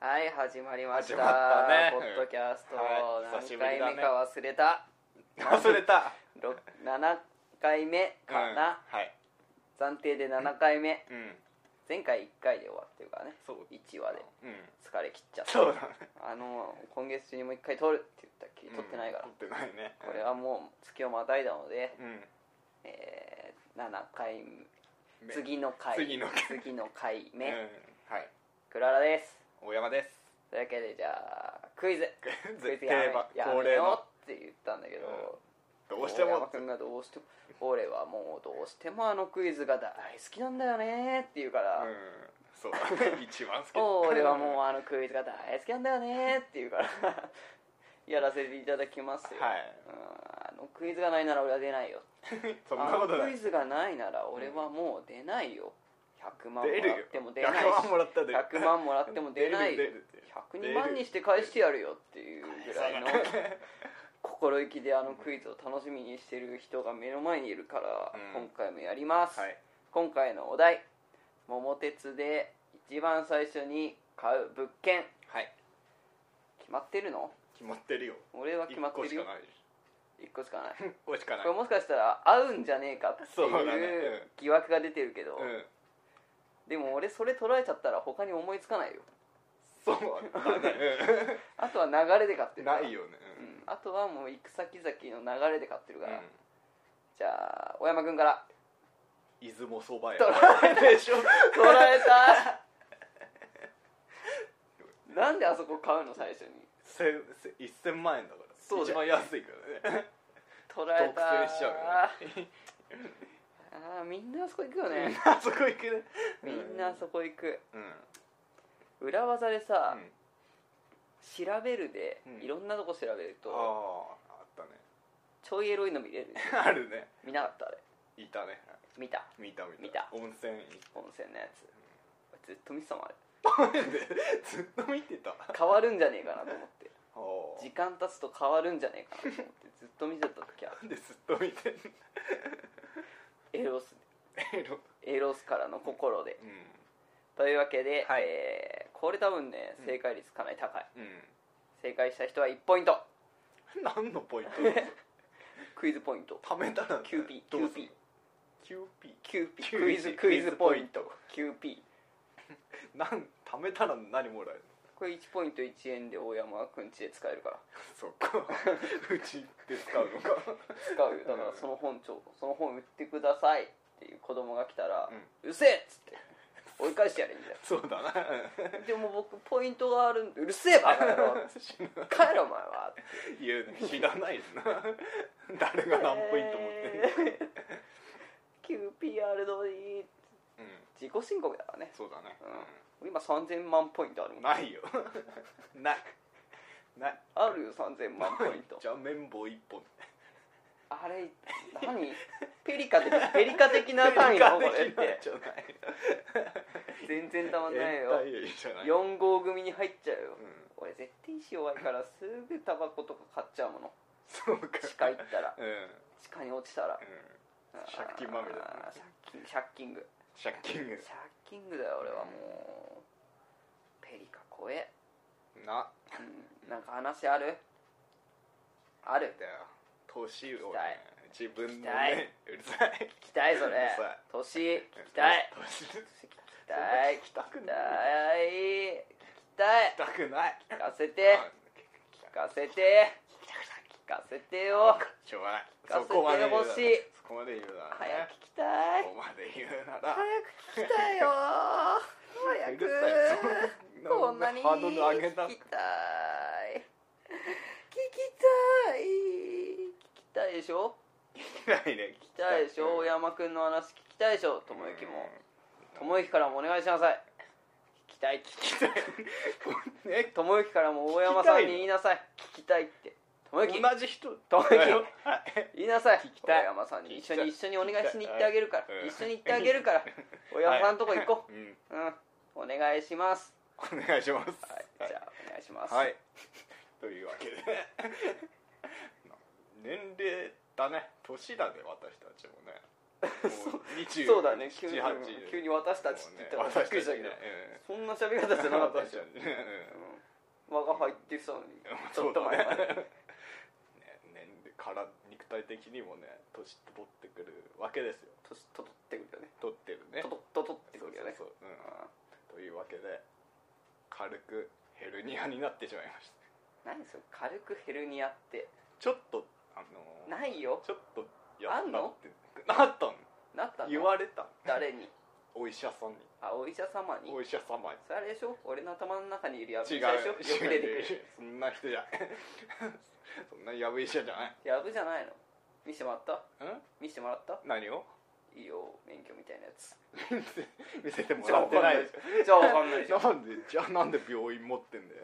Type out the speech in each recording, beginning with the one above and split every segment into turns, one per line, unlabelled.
はい始まりました
始まったね
ポッドキャスト、
はい久し
何回
ぶりだね
目か忘れた
忘れた
ろ7回目か
うん
な、
はい
暫定で7回目、
うん
前回1回で終わってるからね
そう
1話で
うん
疲れ切っちゃった
そうだね
あの今月中にもう1回撮るって言ったっけ撮ってないから、
うん撮ってないね
これはもう月をまたいだので、
うん
えー7回目
め
次の回
次の回
次の回
うん
目、
はい
クララです
大山です
というわけでじゃあクイズクイズやめ
定番
や
恒
め
例
よ
の
うって言ったんだけど、
うんどうして
大山
も
君がどうしても俺はもうどうしてもあのクイズが大好きなんだよねって言うか
う
ら、
んそうだ ね一番好き
俺はもうあのクイズが大好きなんだよねって言うから やらせていただきますよ、
は
うんあのクイズがないなら俺は出ないよ
いそんなこと
あの
な
クイ
い
ズがないなら俺はもう出ないよ100万も
出る
ら
よ
っても出ないし
100万もらったで
100万もらっても出ない
出る出る出る
102万にして返してやるよっていうぐらいの 心意気であのクイズを楽しみにしてる人が目の前にいるから
うん
今回もやります、
はい
今回のお題「桃鉄」で一番最初に買う物件
はい
決まってるの
決まってるよ
俺は決まってるよ
1個しかない
1個しかない
1個しかない
これもしかしたら合うんじゃねえかって
そうだね
いう
うん
疑惑が出てるけど、
うん
でも俺それ捉えちゃったら他に思いつかないよ
そうだね
あとは流れで買って
うん
るから
ないよね
う
うん
ん、あとはもう行く先々の流れで買ってるから、
うん
じゃあ小山君から
出雲そば屋
捉
でしょ
捉え たなんであそこ買うの最初に
せせ1000万円だから
そうだ
一
よ
番安いからね
捉
独
えた
占しちゃうよね
あーみんなあそこ行くよね
あそこ行くね
みんなあそこ行く
うん
裏技で
あ
さ、調べるで、
うん
いろんなとこ調べる
あー
と
あったね
ちょいエロいの見れる
あるね
見なかったあれ
いたね
見た
見た見た
見た
温泉行っ
温泉のやつずっと見てたもんあれ
たんでずっと見てたあ
変わるんじゃねえかなと思 って時
あ
間経つと変わるんじゃねえかなと思ってずっと見てた時は
なんでずっと見てんの
エロス
エロ
エロスからの心で
うん
というわけで、
はい
えーこれ多分ね
うん
正解率かなり高い、
うん
正解した人は1ポイント
何のポイント
クイズポイント
貯めたら
9P
どうする
9P 9P
9P 9P
クイズクイズポイント 9P
なん貯めたら何もらえるの
これ1ポイント1円で大山くんちで使えるから
そっ かうちで使うのか
使うよだからその本ちょその本売ってくださいっていう子供が来たら
うん
「うるせえ!」っつって追い返してやれみたい
そうだな
なでも僕ポイントがあるんで「うるせえバカ野郎!」
死ぬ
帰ろお前は
言うね知らないですな誰が何ポイント持っ てんの、
QPR 通り
うん
自己申告だからね
そうだね、
今3000万ポイントあるもん
ないよないない
あるよ3000万ポイント
じゃあ綿棒一本
あれ何ペリカ的ペリカ的な単位のこれっ
ペリカ的なん
て
じゃない
全然たまんない
延
よ
滞よりじゃない
4号組に入っちゃうよ
うん
俺絶対意志弱いからすぐタバコとか買っちゃうもの
そうか
地下行ったら
うん、うん、
地下に落ちたら
借金まみれだ
あ
ね
ー借金借金グ
借金が
借金グだよ俺はもうペリカ怖え
な
うんなんか話あるある
だよ年
聞き
をね
たい
自分
聞き
の
たい
ねうるさい
聞きたいそれ
うるさい
年聞きたい
年聞
聞きたい聞き
聞きたく
た
ない
い聞きたい
聞きたくない
聞かせて聞かせて
聞き
聞か
たくない
せてよ
しょうがない
聞かせて
そこまで言うなら
ほしい
そこまで言うならね
早く聞きたい
そこまで言うなら
早く聞きたいよ
うるさい
早くこんなに
ハードル上げた
聞きたい聞きたい聞きたいでしょ
聞きたいね聞き
聞きたいでしょ大山くんの話聞きたいでしょ智之も智之からもお願いしなさい聞きたい聞きたい
え
智之からも大山さんに言いなさい聞きたいって智之
同じ人
友
だよ
樹
はい
言いなさい
聞きたい
大山さんに
聞き
一
たい
緒に一緒にお願いしに行ってあげるから
うん
一緒に行ってあげるから大山さんのとこ行こ
うん
ううんお願いします
お願いします
はいじゃあお願いします
はいというわけで年齢だね年だね私たちもねもう27
そうだね急に
8
急に私たちって言ったからびっくりしたけど、そんな喋り方じゃなかったでしょ、
ね
うん、我が入ってきたのにちょっと前まで、
年齢から肉体的にもね年取ってくるわけですよ
年ととってくるよね
取ってるね
ととととってくるよね
そうそうそううんというわけで軽くヘルニアになってしまいました
何それ軽くヘルニアって
ちょっとあのー
ないよ
ちょっとや
あんの
ってあったの
なったの
言われた
誰に
お医者さんに
あお医者様に
お医者様に
それあれでしょ俺の頭の中にいるやぶ
違
医
う
者でしょよく出て
違う
くる
そんな人じゃない そんなやぶ医者じゃない
やぶじゃないの見せてもらった
ん
見せてもらった
何を
医療免許みたいなやつ
見せてもらってないでしょ
じゃあわかんないじゃん
なんでじゃあなんで病院持ってんだよ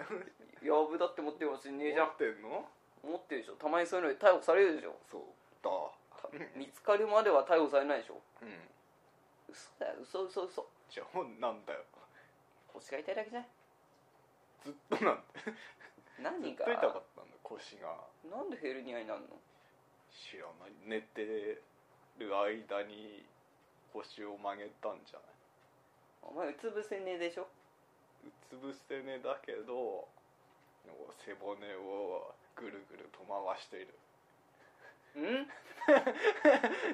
やぶだって持ってるかもしんねえじゃ
持
ん
ってんの
持ってるでしょたまにそういうので逮捕されるでしょ
そうだ
見つかるまでは逮捕されないでしょ
うん
嘘だよ嘘嘘嘘
じゃあなんだよ
腰が痛いだけじゃない
ずっとなんて
何
ずっ
が
と痛かったんだ腰が
なんでヘルニアになるの
知らない寝てる間に腰を曲げたんじゃない
お前うつ伏せ寝でしょ
うつ伏せ寝だけど背骨をぐるぐると回している
うん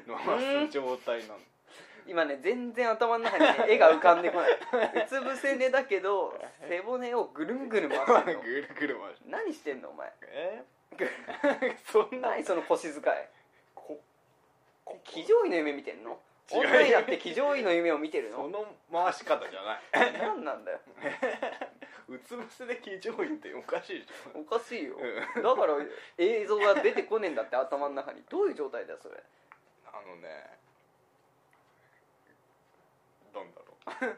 回す状態なの
今ね全然頭の中に、ね、絵 が浮かんでこないうつ伏せ寝だけど 背骨をぐるんぐるん回してんの
ぐるぐる回して
何してんのお前
え そんな
何その腰遣い
ここ
騎乗位の夢見てんの
違う
女になって騎乗位の夢を見てるの
その回し方じゃない
何なんだよ
うつ伏せで騎乗位っておかしいでしょ
おかしいよ
う
だから映像が出てこねえんだって頭の中にどういう状態だよそれ
あのねなんだろ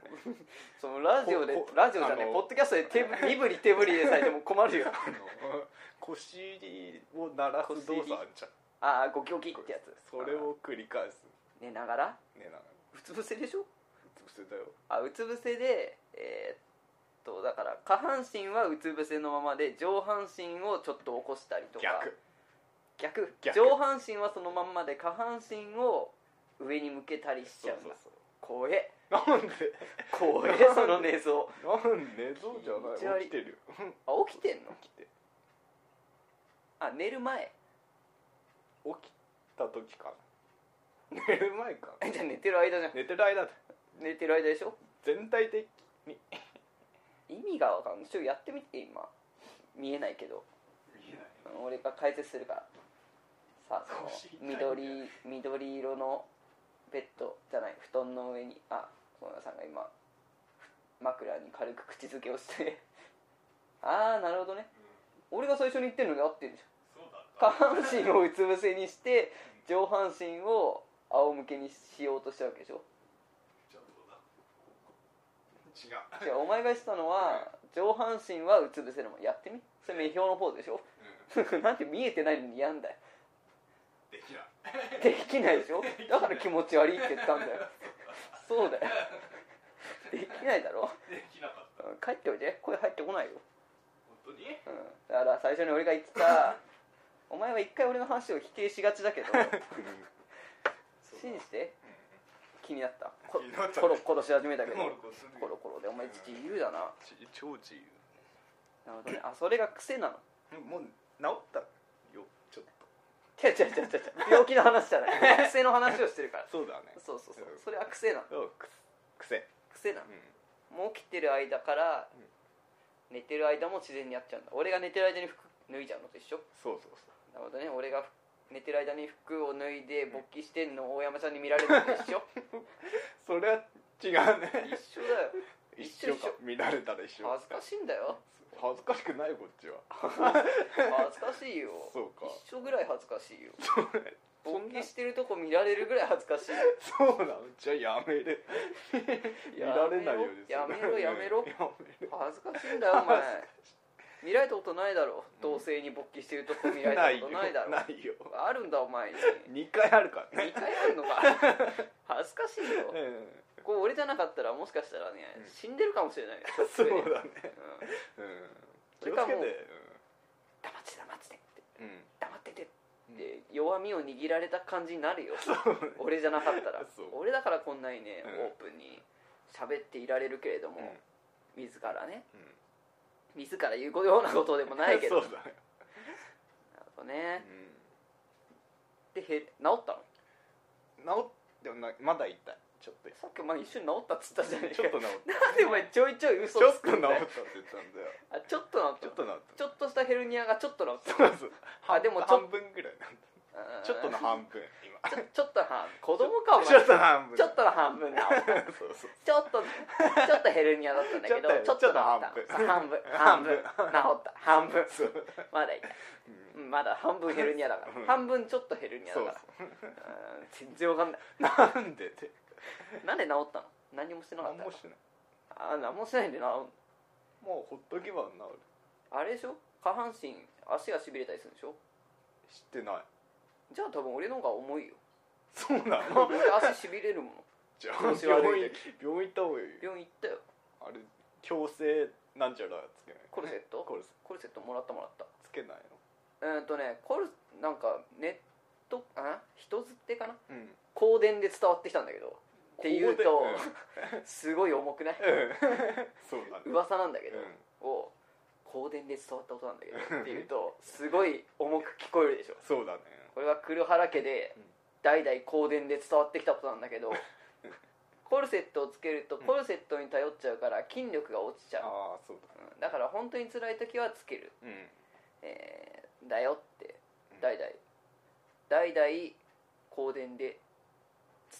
そのラジオで
ここ
ラジオじゃ
あ
ね
の
ポッドキャストで手ぶ身振り手振りでさえても困るよ
うあの 腰を鳴らす動作 あんじゃん
ああゴキゴキってやつ
それを繰り返す
寝ながら
ねなんか
うつ伏せでしょ
うつ伏せだよ
あうつ伏せでえーっとだから下半身はうつ伏せのままで上半身をちょっと起こしたりとか
逆
逆
逆
上半身はそのまんまで下半身を上に向けたりしち
そ
ゃ
う
うん
そ
だ
うそう
怖え
なんで
怖えその寝相
なんでそうじ
気持ち
ゃな
悪
い
い
起きてるよ
あ起きてんの
起きて
あ寝る前
起きた時かな寝る前かな
じゃあ寝てる間じゃん
寝てる間だ
寝てる間でしょ
全体的に
意味がわかんないちょっとやってみて今見えないけど
見えない
俺が解説するからさあ
腰
そ
痛い
の
んだ
緑緑色のベッドじゃない布団の上にあ小野さんが今枕に軽く口づけをしてああなるほどね、俺が最初に言ってるのに合ってるじ
そうだ
ゃん下半身をうつ伏せにして上半身を仰向けにしようとしたわけでしょ
じゃあどうだ違う
じゃあお前がしたのは上半身はうつ伏せのままやってみそれ目標のポーズでしょ なんて見えてないのにやんだよ
できない
できないでしょだから気持ち悪いって言ったんだよそうだよできないだろ
できなかった
うん帰っておいで声入ってこないよ、
本当に
うん、だから最初に俺が言ってたお前は一回俺の話を否定しがちだけど信じて気になったこ
気になった
コロコロし始めた けど
コロコロするよ
コロコロでお前父言うだな
超自由
なるほどねあそれが癖なの
もう治ったよちょっ
違う違う違う違う病気の話じゃ ない癖の話をしてるから
とそうだね
そうそうそうそれは癖なの
そうく癖
癖なの
う
もう起きてる間から
うん
寝てる間も自然にやっちゃうんだ俺が寝てる間に服脱いじゃうのと一緒
そうそう
なるほどね俺が服寝てる間に服を脱いで勃起してんのを大山ちゃんに見られるのと 一緒
そうそれは違う
一
ね
緒だよ
一緒か見られたら一緒
恥ずかしいんだよ
恥ずかしくないこっちは
恥ずかしいよ
そうか
一緒ぐらい恥ずかしいよ
それ
勃起してるとこ見られるぐらい恥ずかしいよ
そうなのじゃあやめる見られないようにする
やめろやめろ
うんやめる
恥ずかしいんだよお前見られたことないだろ同性に勃起してるとこ見ら
な
れた
いよ
ことないだろ
ないよ
あるんだお前に
2回あるからね
2回あるのか恥ずかしいよ
うん
これ俺じゃなかったらもしかしたらね、
うん
死んでるかもしれないよ
そ
ショッ
う
クで
だね
うん
うん
そ
気
れ
を
か
つ
も
け
う
て
黙ってて黙っててって
うん
黙っててって弱みを握られた感じになるよ
そうね
俺じゃなかったら
そう
俺だからこんなにね、
うん
オープンに喋っていられるけれども、
うん
自らね
うん
自ら言うようなことでもないけど
そうだね、
なるほどね
うん
でへ治ったの
治ってもなまだ痛いちょっと
さっきお前一瞬治ったっつったじゃない
ち
か
ょっと治っ
なんでお前ちょいちょい
た
嘘
ちょっ
つ
と
く
治っ
ん
た
だ
っ
よ
て言ったんだよ
あちょっと治った
ちょっと治った
ちょっとしたヘルニアがちょっと治った
そうそう
あでもちょ
半分ぐらいなんだ
うん
ちょっとの半分今
ちょちょっとの半子供かお前
ちょっとの半分
ちょっとの半分だ
そうそう
ちょっとちょっとヘルニアだったんだけど
ちょっと
治った半分半
半
分
分
治った半分
そうそう
まだ痛い
うん
うんまだ半分ヘルニアだから、
うん
半分ちょっとヘルニアだ
そ
か
う
らうん全然わかんない
そうなんでって
なんで治ったの何もしてなか
何
った
もしてない
あ何もしないんで治る
もうほっとけば治る
あれでしょ下半身足がしびれたりするんでしょ
知ってない
じゃあ多分俺の方が重いよ
そうなの
俺足しびれるもの
じゃあ
調子
病
悪い
院病院行った方がいいよ
病院行ったよ
あれ強制なんちゃらつけない
コルセット
コルセ
コルセットもらったもらった
つけない
えーっ、とねコルなんかネットあ人づてかな
のうん
香典で伝わってきたんだけどっていうと
ここ
すごい重くない
でうんうんそうだね
噂なんだけど、
うん
を香典で伝わったことなんだけどっていうとすごい重く聞こえるでしょ
そうだね
これは黒原家で
うん
代々香典で伝わってきたことなんだけどコルセットをつけるとコルセットに頼っちゃうから筋力が落ちちゃう、
ああそうだ
うんだから本当に辛い時はつける、
うん
えーだよって
うん
代々代々香典で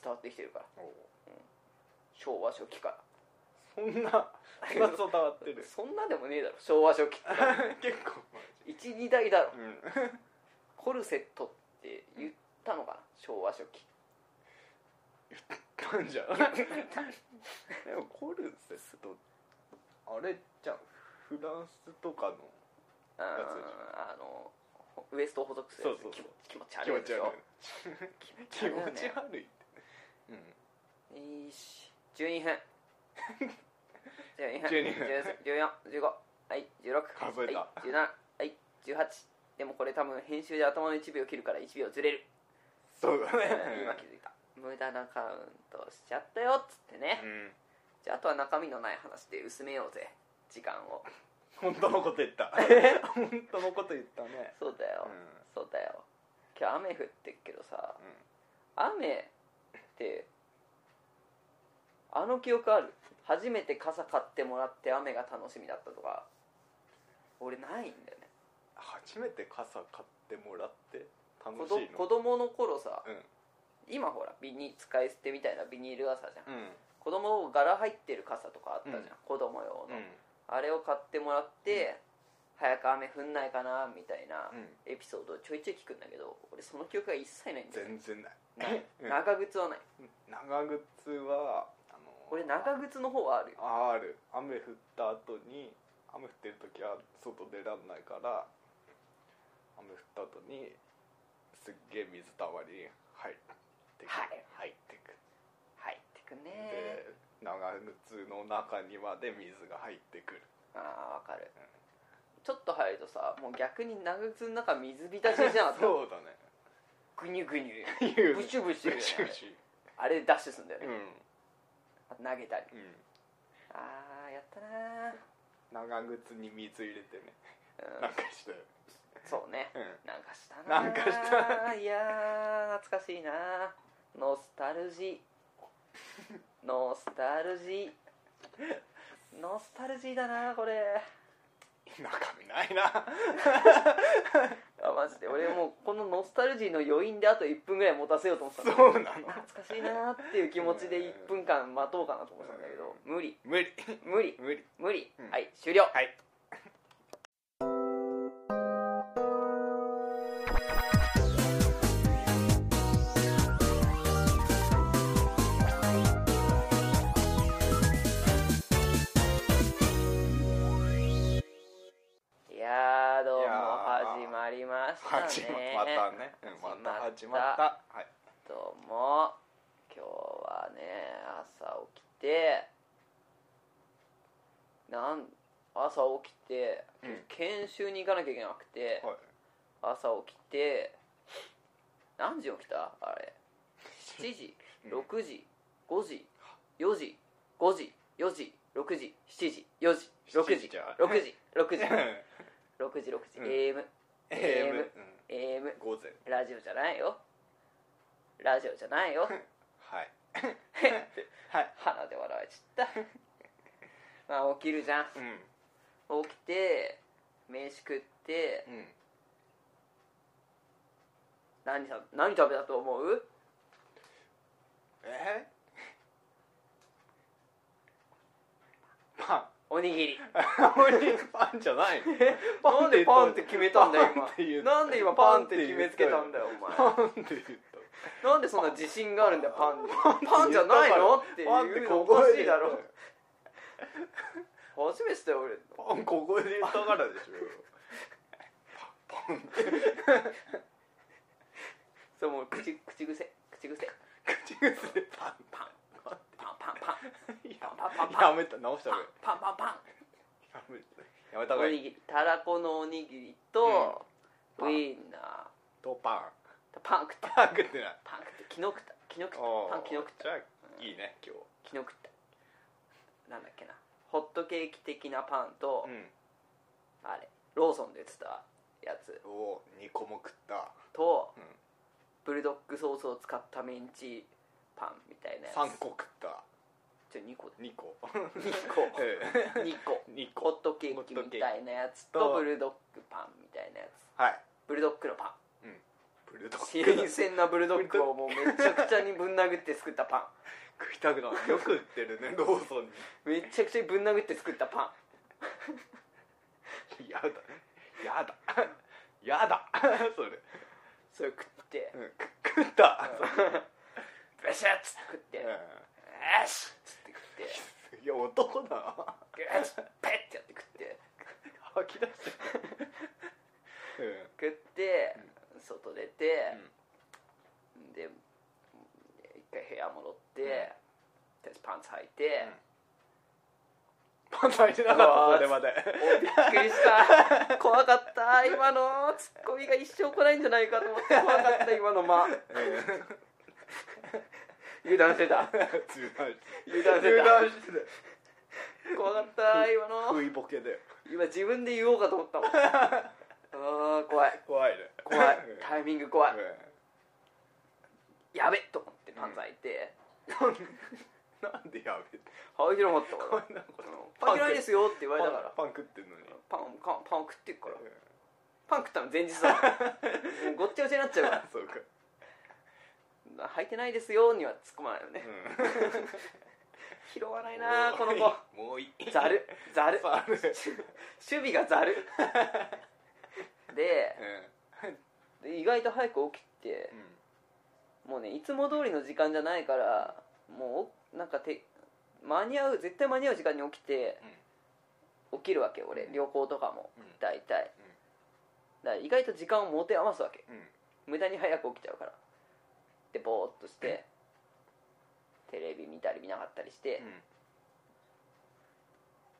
伝わってきてるから
おう
昭和初期から
そんなそん な伝わってる
そんなでもねえだろ昭和初期って
結構マ
12代だろ
ジうん
コルセットって言ったのかな昭和初期
なんじゃんでもコルセットあれじゃんフランスとかの
うん
やつでしょ
あのウエストを細くするやつ
そうそうそう
気持ち悪いでしょ
気持
悪い
ち悪いってうん
いいし12分 12分
12分
1415はい16
数えた
はい17はい18でもこれ多分編集で頭の1秒切るから1秒ずれ る
そうだね
今気づいた無駄なカウントしちゃったよっつってね、
うん
じゃああとは中身のない話で薄めようぜ時間 を
本当のこと言った 本当のこと言ったね
そうだよ、
う
そうだよ今日雨降ってっけどさ
ん
雨ってあの記憶ある初めて傘買ってもらって雨が楽しみだったとか俺ないんだよね
初めて傘買ってもらって楽
子
し
ど
い
子
の
供の頃さ
うん
今ほらビニ使い捨てみたいなビニール傘じゃん、
うん
子供の柄入ってる傘とかあったじゃん、
うん
子供用
う
の、
ん
あれを買ってもらって、早く雨降んないかなみたいな
うん
エピソードをちょいちょい聞くんだけど俺その記憶が一切ないんだよね
全然ない
ない
うん
長靴はない
長靴はあの
俺長靴の方はあるよ
あある雨降った後に雨降ってる時は外出らんないから雨降った後にすっげえ水たまりに入ってく
はい
入ってく
入ってくね
で長靴の中にまで水が入ってくる
ああわかる、
うん
ちょっと入るとさもう逆に長靴の中水浸しじゃなかっ
そうだね
たぐにゅぐにゅ
言う
ブ
ね
シュブシュ
ブシュブシ
あれダッシュすんだよ
ュ
ね
う、ん
あと投げたり
うん
ああやったな
長靴に水入れてね
ー、う
なんん、かして
そうね
うん
なんかしたなー
なんかした
いやー懐かしいなーノスタルジーノスタルジーノスタルジーだなーこれ
中身な いな
あマジで俺もうこのノスタルジーの余韻であと1分ぐらい持たせようと思ってたんだけど
そうなの
懐かしいなーっていう気持ちで1分間待とうかなと思ってたんだけど無理
無理
無理
無理
無理、
うん
はい終了
はい
いやーどうも
いやー
始まりました
始ま
ね
ったね、うんまた始まったはい
どうも今日はね朝起きてなん朝起きて、
うん
研修に行かなきゃいけなくて、
はい
朝起きて何時に起きたあれ7時
うん
6時5時4時5時4時6時7時4時6
7
時
時じゃん
6時6時
AM
6時6時
うん
AM
う
AM
ん
AM
午前
ラジオじゃないよラジオじゃないよ
はい
へっ
はい
鼻で笑われちゃった まあ起きるじゃん
うん
起きて飯食って
うん
何さ何食べたと思う
えパ
おにぎり
ンおにぎりパンじゃないの
なんでパンって決めたんだよ
パンって言
今
う
なんで今パンって決めつけたんだよお 前
パンって言っ
なんでそんな自信があるんだよパンに
た
パンじゃないのって
パンって
いうの
小
おか
声
し
で言
い
った
だ
よ
ろ初めてだよ俺
パンここで言ったからでしょ パパンって
そうもう口口癖口癖
口癖でパン
パンパンパンパン
や
パンパンパン
やめた直した方がいい
パンパンパン
やめやめ
パ
た
ン
方
お
がい
に
い
ぎりたらこのおにぎりと、
うん
ウインナ
とパン
ーパン食った
パン食ってない
パン食って昨日食った昨日食った
おー
パン昨日食った
じゃあいいね今
昨日食ったなんだっけなホットケーキ的なパンと、
日うん
あれローソンで売ってたやつ
おお2個も食った
と、
うん
ブルドックソースを使ったメンチパンみたいなやつ
3個食った
ちょ2個だ
2個
2個
え
2個
え2
ホ
個
ットケーキみたいなやつ
ホットケ
と
ーキと
ブルドックパンみたいなやつ
はい
ブルドックのパン
ブルドッグ
新鮮なブルドックをもうめちゃくちゃにぶん殴って作ったパ
食いたくないよく売って るねローソン
ンめちゃくちゃにぶん殴って作ったパン
にやだや だやだそれ、
それ食って
うん、く食った、
ベシャッつって食って「
うん
よし!」っつって食って
いや男だな
グッペッてやって食って
吐き出 してる
食って外出て、で一回部屋戻って、とりあえずパンツ履いて、
うんパンツ履いてなかったそれまで
おびっくり した怖かった今のツッコミが一生来ないんじゃないかと思って怖かった今の間油断してた
中断
油断してた
油断してる
怖かった今の
食いボケだよ
今自分で言おうかと思ったもんあー怖い
怖いね
怖いタイミング怖い
うん
やべっと思ってパンツ履いて、
なんでやべ
履いてなかったから
こんなこと
パン嫌いですよって言わ
パ
れ
ン
たから
パン食ってんのに
パンパンパン食ってるからパン食ったの前日だからも うごっちゃごちゃになっちゃうか
そうか、
ら履いてないですよには突っ込まないよね拾わないなこの子
子もういい
ざるざ る
ザル
守備がざる でで意外と早く起きて
うん
もうねいつも通りの時間じゃないからもうなんかて間に合う絶対間に合う時間に起きて起きるわけ俺旅行とかも
うん
大体だから意外と時間を持て余すわけ
うん
無駄に早く起きちゃうからでぼーっと してテレビ見たり見なかったりして
う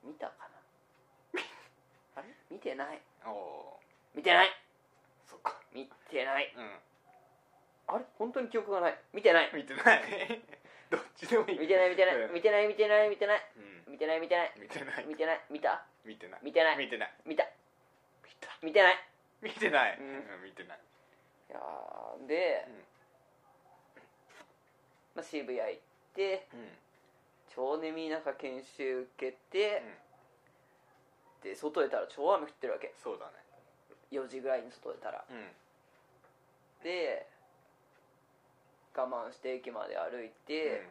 ん
見たかな あれ見てない
おお
見てない
ーそっか
見てない
うん
あれ本当に記憶がない見てない
見てない どっちでもいい
見てない見てない見てない見てない見てない
うん
見てない見てない
見てない
見てない見た
見てない
見てない
見てない
見た見
見た
てない
見てない
うん
うん見てない
いやーで
うん、
まあ、渋谷行って
うん
超眠い中研修受けて、で外出たら超雨降ってるわけ
そうだね
4時ぐらいに外出たら
うん
で我慢して駅まで歩いて、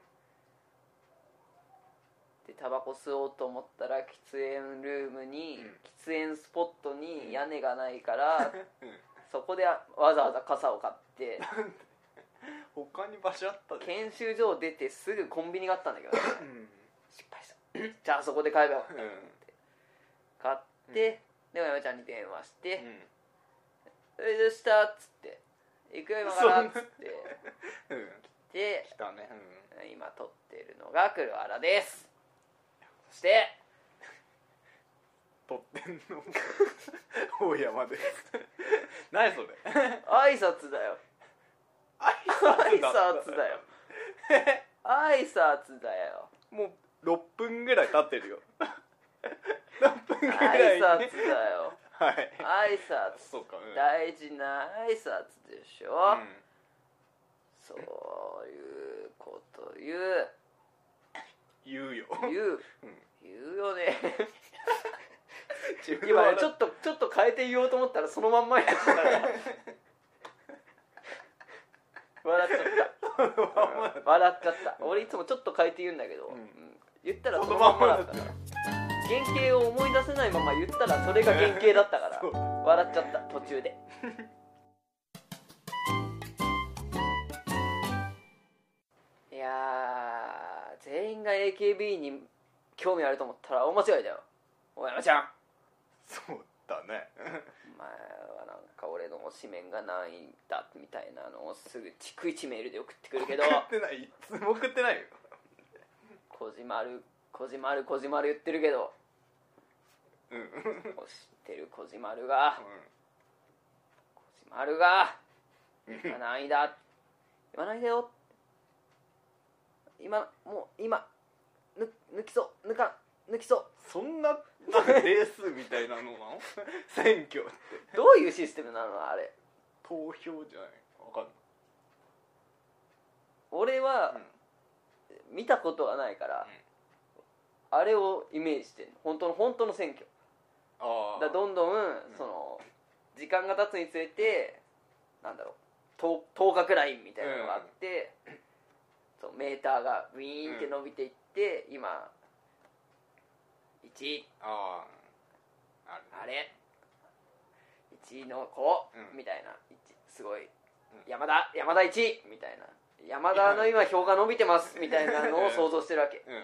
でタバコ吸おうと思ったら喫煙ルームに、
うん
喫煙スポットに屋根がない から、
うん うん
そこでわざわざ傘を買って
他に場所あったで
研修所を出てすぐコンビニがあったんだ けど、ね、
うん
失敗したじゃあそこで買えばよかったと思って買って、でも山ちゃんに電話して
うん
「えどうした?」っつって「行くよ今から」っつって
うん
で
来たねうん
今撮ってるのが黒原ですそして
撮ってんの 大山です何それ
挨拶だよ挨拶 だよ挨拶だよ
もう6分ぐらい経って るよ6分ぐらい
挨
に、
拶だよ
はい
挨拶
そうかうん
大事な挨拶でしょ、
うん
そういうこと言う
言うよ
言う
うん
言うよ ね
自分の
今
笑
ねちょっとちょっと変えて言おうと思ったらそのまんまになっちゃったから笑っちゃった
まんま
笑っちゃった俺いつもちょっと変えて言うんだけど、
ん
うん言ったらそ
そ
の
の
ま
ま
ん
ん
まだ
まだ
っ
ったた
から原型を思い出せないまま言ったらそれが原型だったから
そう
笑っちゃった途中 でいやー全員が AKB に興味あると思ったら大間違いだよ大山ちゃん
そうだね
お前はなんか俺の推しメンがないんだみたいなのをすぐ逐一メールで送ってくる けど
食ってないいつも食ってないよ
小島る小島る小島る言ってるけど
うんうん
知ってる小島るが小島るが
うん
今ないだ今ないだよ今もう今ぬ抜きそう抜か抜きそ
そんななんかレースみたいなのなの選挙って
うどういうシステムなのあれ
投票じゃないわかん
俺は
ない、
見たことがないから、あれをイメージしてる本当の本当の選挙
あ
だ
あ
からどんどんその時間が経つにつれてなんだろう等等角ラインみたいなのがあって、そうメーターがウィーンって伸びていって、今1
ああある
あれ1の子、
うん
みたいな一すごい、
ん
山田山田1みたいな山田の 今票が伸びてますみたいなのを想像してるわけ
うん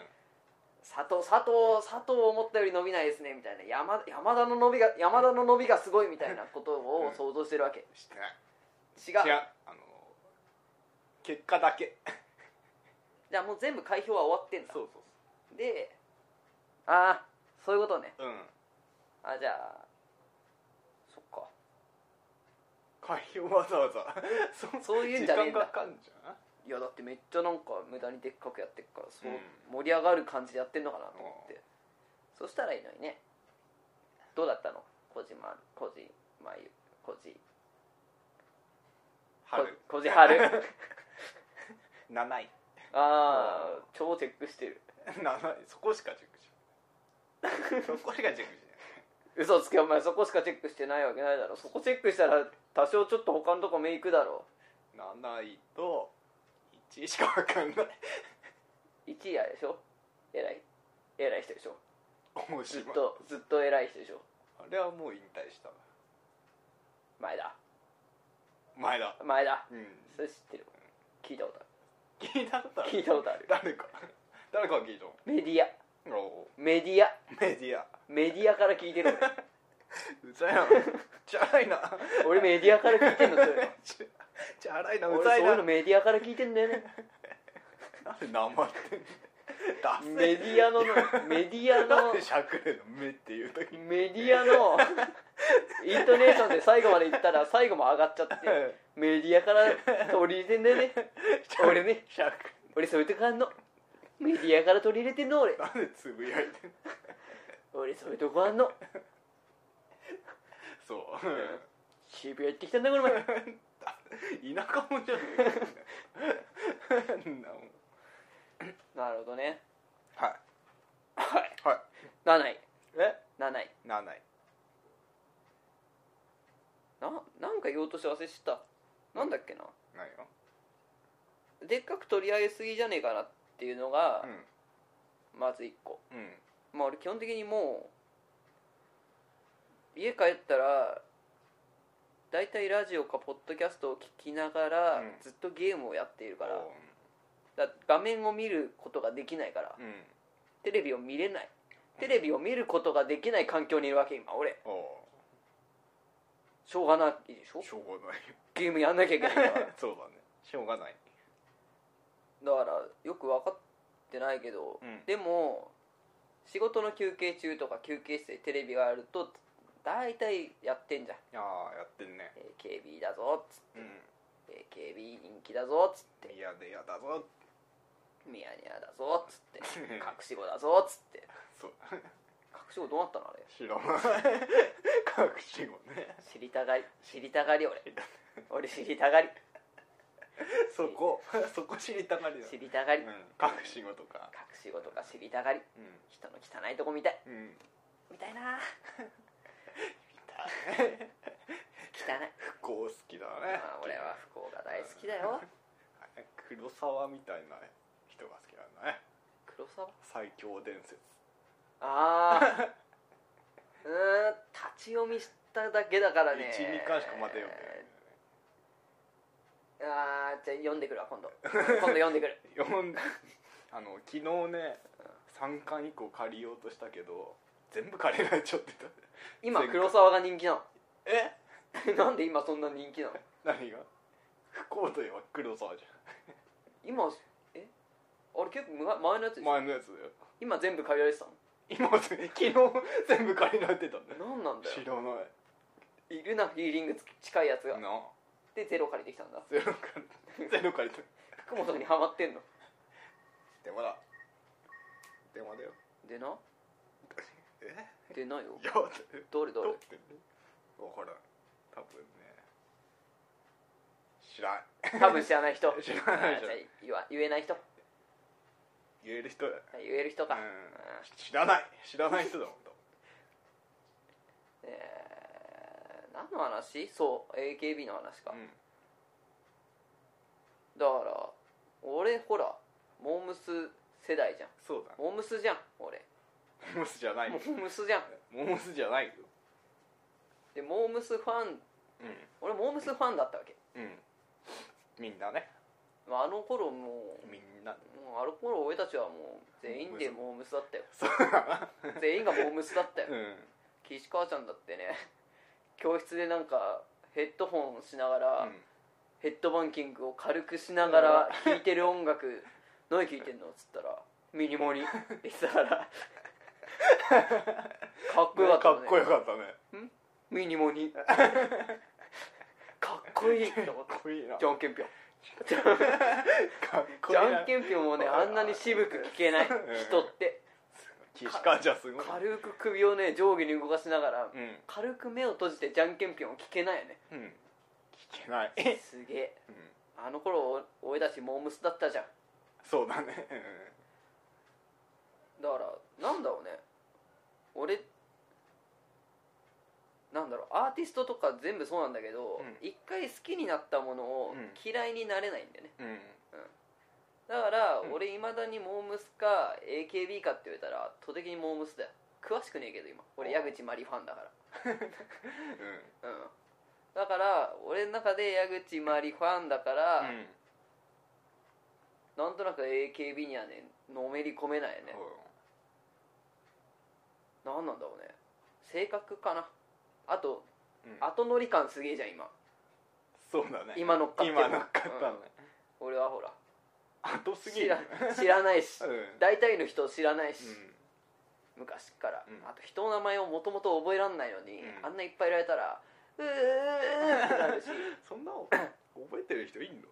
佐藤佐藤佐藤思ったより伸びないですねみたいな山山田の伸びが山田の伸びがすごいみたいなことを想像してるわけ、
してない
違う
違うあの結果 だけ
じゃあもう全部開票は終わってんだ
そうそう
でああそういうことね
そううん
あじゃあそっか
開票わざわざ そ
そういうんじゃねえん
時
だ
間かかんじゃん
いやだってめっちゃなんか無駄にでっかくやってっからそう、
うん
盛り上がる感じでやってんのかなと思って、そしたらいいのにねどうだったの小島小島ゆ小島
春
小小島春
7位
ああ超チェックしてる
7位そこしかチェックしない そこしかチェックし
嘘つけお前そこしかチェックしてないわけないだろそこチェックしたら多少ちょっと他のとこ目行くだろ
ない7位と1位しかわ かんない
1位あれでしょ偉い偉い人でしょ
面
ず
白
っ
い
とずっと偉い人でしょ
あれはもう引退した
前田
前だ
前田
うん
それ知ってる聞いたこと
聞いたこと
あ
あ
る
る
聞いたことある
誰か誰かが聞いたの
メディア
お
メディア
メディア
メディアから聞いてる
うざい なチャラいな
俺俺メディアから聞いてんのそれ
チャチャラいな
俺そ
う
う
ざい
い
な
うのメディアから聞いてんだよ ね
なんで生ってんのダセ
メディアのメディア
な
の
んでしゃくれの目っていう時に
メディアの イントネーションで最後まで言ったら最後も上がっちゃってメディアから取り入れてんだよ ね俺ね
しゃく
俺そういうとこあんのメディアから取り入れてんの俺
なんでつぶやいてんの
俺そういうとこあんの
そう
渋谷行ってきたんだこの前
田舎もんじゃねえんなもん
なるほどね
はい
はい
はい
7位
え
7位
7位
ななんか言おうとして忘れてたなんだっけな
何よ
でっかく取り上げすぎじゃねえかなっていうのが、
う
まず1個
んうん
まあ俺基本的にもう家帰ったら大体ラジオかポッドキャストを聞きながら、
うん
ずっとゲームをやっているから
お
だ画面を見ることができないから
ううん
テレビを見れないテレビを見ることができない環境にいるわけ今俺
おお
しょうがないでしょ
しょうがないよ
ゲームやんなきゃいけ ないからだか
そうだねしょうがない
らよく分かってないけど、
うん
でも仕事の休憩中とか休憩室でテレビがあると大体やってんじゃん
ああやってんね
AKB だぞっつ
うん
AKB 人気だぞっつって
いやでやだぞ
ミヤニヤだぞっつ って隠し子だぞっつって
そう
隠し子どうなったのあれ
知らない隠し子ね
知りたがり知りたがり 俺俺知りたがり
そこそこ知りたがりだ
知りたが
う
り
ん
隠
隠し子とか
し子とか知りたがり
う
人の汚いとこ見たい
んうん
見たいな汚い
不幸好きだね
まあ俺は不幸が大好きだよ
黒沢みたいな人が好きなんだね
黒沢
最強伝説
あ あうーん立ち読みしただけだからね
12巻しか待てよみたいなね
あーじゃあ読んでくるわ今 度今度読んでくる
読んだあの昨日ね3巻以降借りようとしたけど全部借りられちゃってた
今
前回
黒沢が人気な
え
の なんで今そんな人気なの
何が不幸といえば黒沢じ
今えあれ結構むが前のやつ
ゃ
で
ん
しょ
前のやつだよ
今全部借りられてた
今昨日全部借りられてたんだよ
の何なんだよ
知らない
いるなフィーリングつ近いやつが
な
でゼロ借りてきたんだ
ゼロ借りゼロ借りた
福本にハマってんの
電話だ電話だよ
でな
え
でないよ
いやだよ
どれどれ
撮ってる分からん多分ね知らん
多分知らない人
知らない
あ
知
じゃ
らな
あ
い
言わ言えない人
言える人だよ
言える人か、
うん知らない知らない人だもん多分
えー、何の話そう AKB の話か、
うん
だから俺ほらモームス世代じゃん
そうだ
モームスじゃん俺
モームスじゃないよ
モームスじゃん
モームスじゃないよ
でモームスファン
う
俺モームスファンだったわけ、
んうんみんなね
まあ、あの頃もう
みんな
もうあの頃俺たちはもう全員でモームスだったよ
そうだ
全員がモームスだったよ、
うん
岸川ちゃんだってね教室でなんかヘッドホンしながら、
うん
ヘッドバンキングを軽くしながら聴いてる音楽何聴いてんのっつったら「ミニモニ」って言ってたからかっこよかった
か
もん
っ
ね
こよかったね
ミニモニかっこいいと思って
かっこいいな
じゃんけんぴょん
かっこい
じ
いな
ゃんけんぴょんもねあんなに渋く聴けない人って
岸川じゃすごい
軽く首をね上下に動かしながら
うん
軽く目を閉じてじゃんけんぴょんを聴けないよね
うん聞けない
すげえ
うん
あの頃俺たちモームスだったじゃん
そうだねうん
だからなんだろうね俺なんだろうアーティストとか全部そうなんだけど
うん
一、回好きになったものを
うん
嫌いになれないんだよね
うん
だから
うん
俺いまだにモームスか AKB かって言われたら圧倒的にモームスだよ詳しくねえけど今俺矢口真理ファンだか
うん
らうんだから俺の中で矢口真理ファンだから、
うん
なんとなく AKB にはねのめり込めないよねなんなんだろうね性格かなあと
うん
後乗り感すげえじゃん今
そうだね
今乗っかってる
今乗っかったね
俺はほら
後す
知
ぎる
ら知らないし
うん
大体の人知らないし、
う
昔から、
うん
あと人の名前をもともと覚えらんないのに、
うん
あんないっぱいいられたらうーってなるし
んそんなの覚えてる人いんの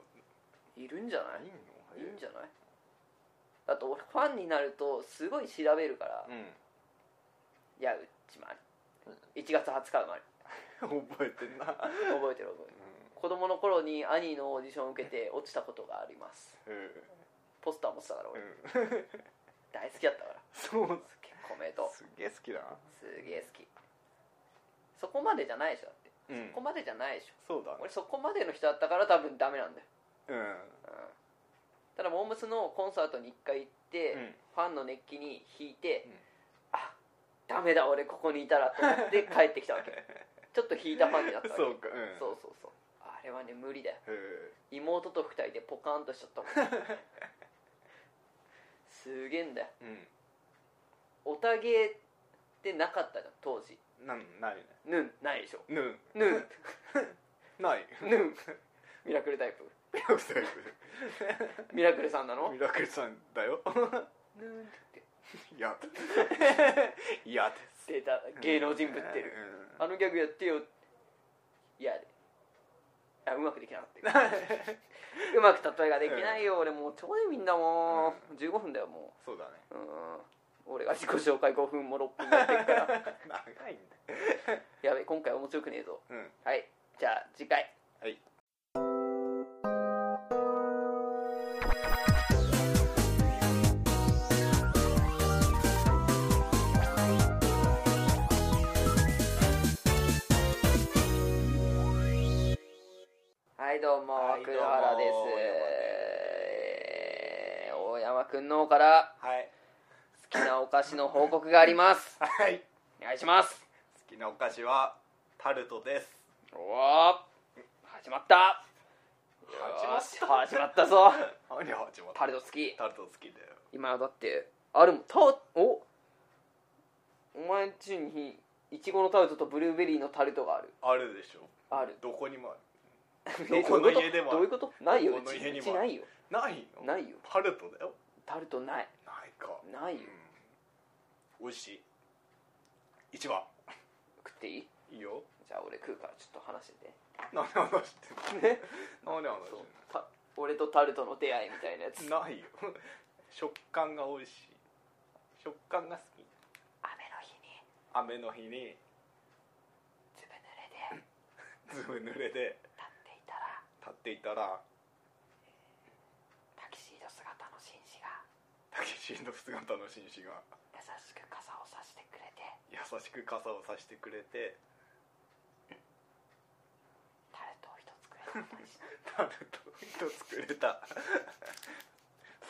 いるんじゃないい
んの
いるんじゃないあと俺ファンになるとすごい調べるから「矢口まり」1月20日生まれ
うん覚えてんな
覚えてる覚えてる子供の頃に兄のオーディションを受けて落ちたことがあります
う
ポスター持ってたから俺
んうん
大好きだったから
そう
結構めでとう
すげえ好きだな
すげえ好きそこまでじゃないでしょだって
う
そこまでじゃないでしょ
そうだね
俺そこまでの人だったから多分ダメなんだよ、
うん
うん、ただモームスのコンサートに1回行って、
うん
ファンの熱気に引いて、
うん
あダメだ俺ここにいたらと思って 帰ってきたわけちょっと引いたファンになったわけ
そうかうん
そうそうそうあれはね無理だよ
うん
妹と2人でポカーンとしちゃった もんすげえんだよオタゲーってなかったじゃん当時
うんなんないね
ヌンないでしょ
うん
ヌン
ない
ヌンミラクルタイプ
ミラクルさん
ミラクルさんなの
ミラクルさんだよ
ヌンって
いやいやです
出た芸能人ぶってる
うん
あのギャグやってよいやであうまくできなかったうまく例えができないよ、俺もう超眠いんだもん、15分だよも
そうだね
ううん俺が自己紹介5分も6分やってるから
長いんだ
やべ今回面白くねえぞ
うん
はいじゃあ次回
はい
はいどうも、
はい
黒原です
どうも
えー大山くんの方から
はい
好きなお菓子の報告があります
はい
お願いします
好きなお菓子はタルトです
おお始まったよーし始まったぞ
何始まった
タルト好き
タルト好きだよ
今だってあるもんタおお前んちにいちごのタルトとブルーベリーのタルトがある
あるでしょ
ある
どこにもある
え
どこの家でもあ
どうい
る
うことないよ
ど
う
この
ち
家に
う
も
ちないよ
ないの
ないよ
タルトだよ
タルトない
ないか
ないよ
うん美味しい一番
食っていい
いいよ
じゃあ俺食うからちょっと話してて
何で話してんの
ね
何で話
そう
して
た俺とタルトの出会いみたいなやつ
んのないよ食感が美味しい食感が好き
雨の日に
雨の日に
ずぶ濡れで
ずぶ濡れで
立っていたら
立っていたら
タキシード姿の紳士が
タケシの姿の紳士が
優しく傘をさしてくれて
優しく傘をさしてくれて
タルトを一つくれたりして
タルトを一つくれた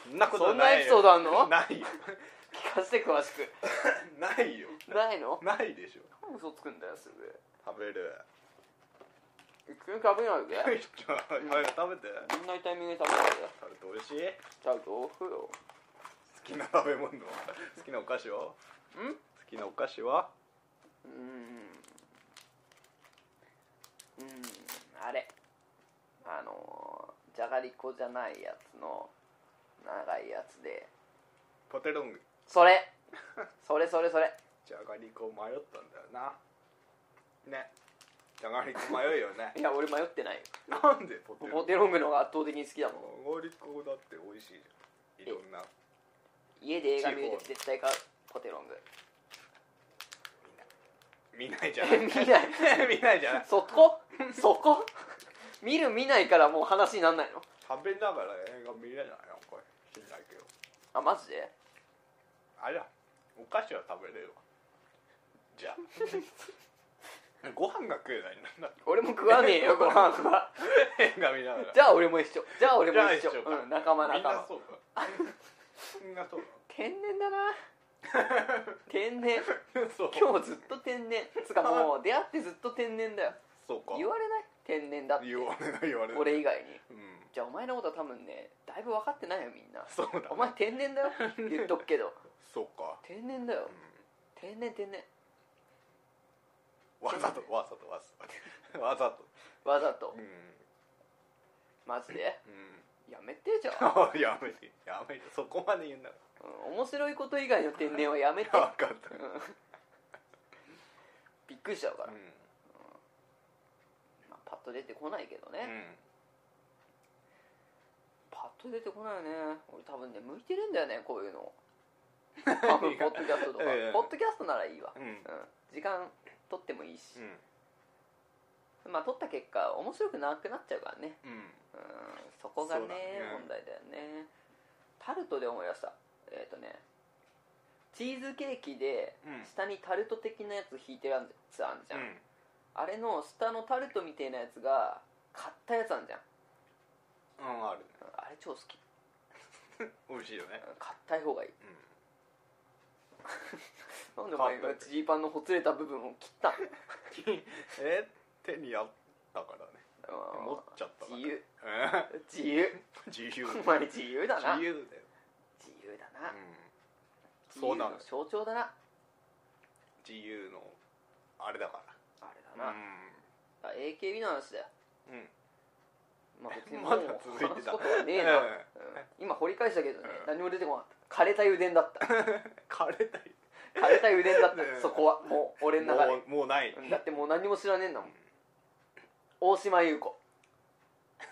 そんなこと
そんな
ない
エピソー
よ
ドあんの
ないよ
聞かせて詳しく
ないよ
ないの
ないでしょ
嘘つくんだよすぐ
食べる
一緒に食べないで
じゃあ今食べて
みんなタイミングで食べないで
タルト美味しい
ちゃうとおふよ
好きな食べ物は好きなお菓子は好
んう
きなお菓子は
ーんうーんあれあのーじゃがりこじゃないやつの長いやつで
ポテロング
それそれそれそれ
じゃがりこ迷ったんだよなねじゃがりこ迷うよね
いや俺迷 ってないよ
なんでポテロ
ポ
ング
テロングの方が圧倒的に好きだもん
じゃがりこだって美味しいじゃんいろんな
家で映画見ると絶対買うポテロング
見ないじゃん
見ない
見ないじゃん
そこ そこ見る見ないからもう話になんないの
食べながら映画見れないのこれ知んないけど
あマジで
あれだお菓子は食べれるわじ ゃあご飯が食えないんだ
俺も食わねえよご飯は
映画見ながら
じゃあ俺も一緒じゃあ俺
じ
も
ゃあ
一緒
か
うん、仲間
みん
仲
な
間
そうかみんなそう
天然だな 天然
だそう
今日ずっと天然つかもう出会ってずっと天然だよ
そうか
言われない天然だって
言われない言われない
俺以外に
うん
じゃあお前のことは多分ねだいぶ分かってないよみんな
そうだね
お前天然 だよ言っとくけど
そうか
天然だよ
うん
天然天然
わざとわざとわざとわざと
わざと
うん
マジで
うん
やめてじゃあ、
やめてやめてそこまで言うな
うん、面白いこと以外の天然はや めて
ら分かっ
うん
た
びっくりしちゃうから
う、ん
まあ、パッと出てこないけどね、
うん
パッと出てこないよね俺多分ね向いてるんだよねこういう の多分ポッドキャストとか、
ええ
ポッドキャストならいいわ、
うん
うん、時間取ってもいいし
う、ん
まあ取った結果面白くなくなっちゃうからね
うん
うんそこがね
そうだね
問題だよねタルトで思い出したえっ、とねチーズケーキで
うん
下にタルト的なやつ引いてるやつあんじゃん、
うん
あれの下のタルトみたいなやつが買ったやつあんじゃん
うんある
うんあれ超好き
美味しいよね
うん買ったい方がいい
うん
なんでお前がジーパンのほつれた部分を切ったの
え手にあったからね 持っちゃったから
自由
え
自由
自由
お前自由だな
自
自由
由だよ
だな、
うんそうなの
自由の象徴だな
自由のあれだか
あれだ
ら
な、あ AKB の話だよ
うんうん
まあ別に
まだ続いて
話す
た
ことはねえな、
え
うん今掘り返したけどね、
うん
何も出てこなかった枯れた油田だった
枯れたり
枯れた油田だった、
うん
そこはもう俺の中で
もうもうない、
うんだってもう何も知らねえんだもん大島優子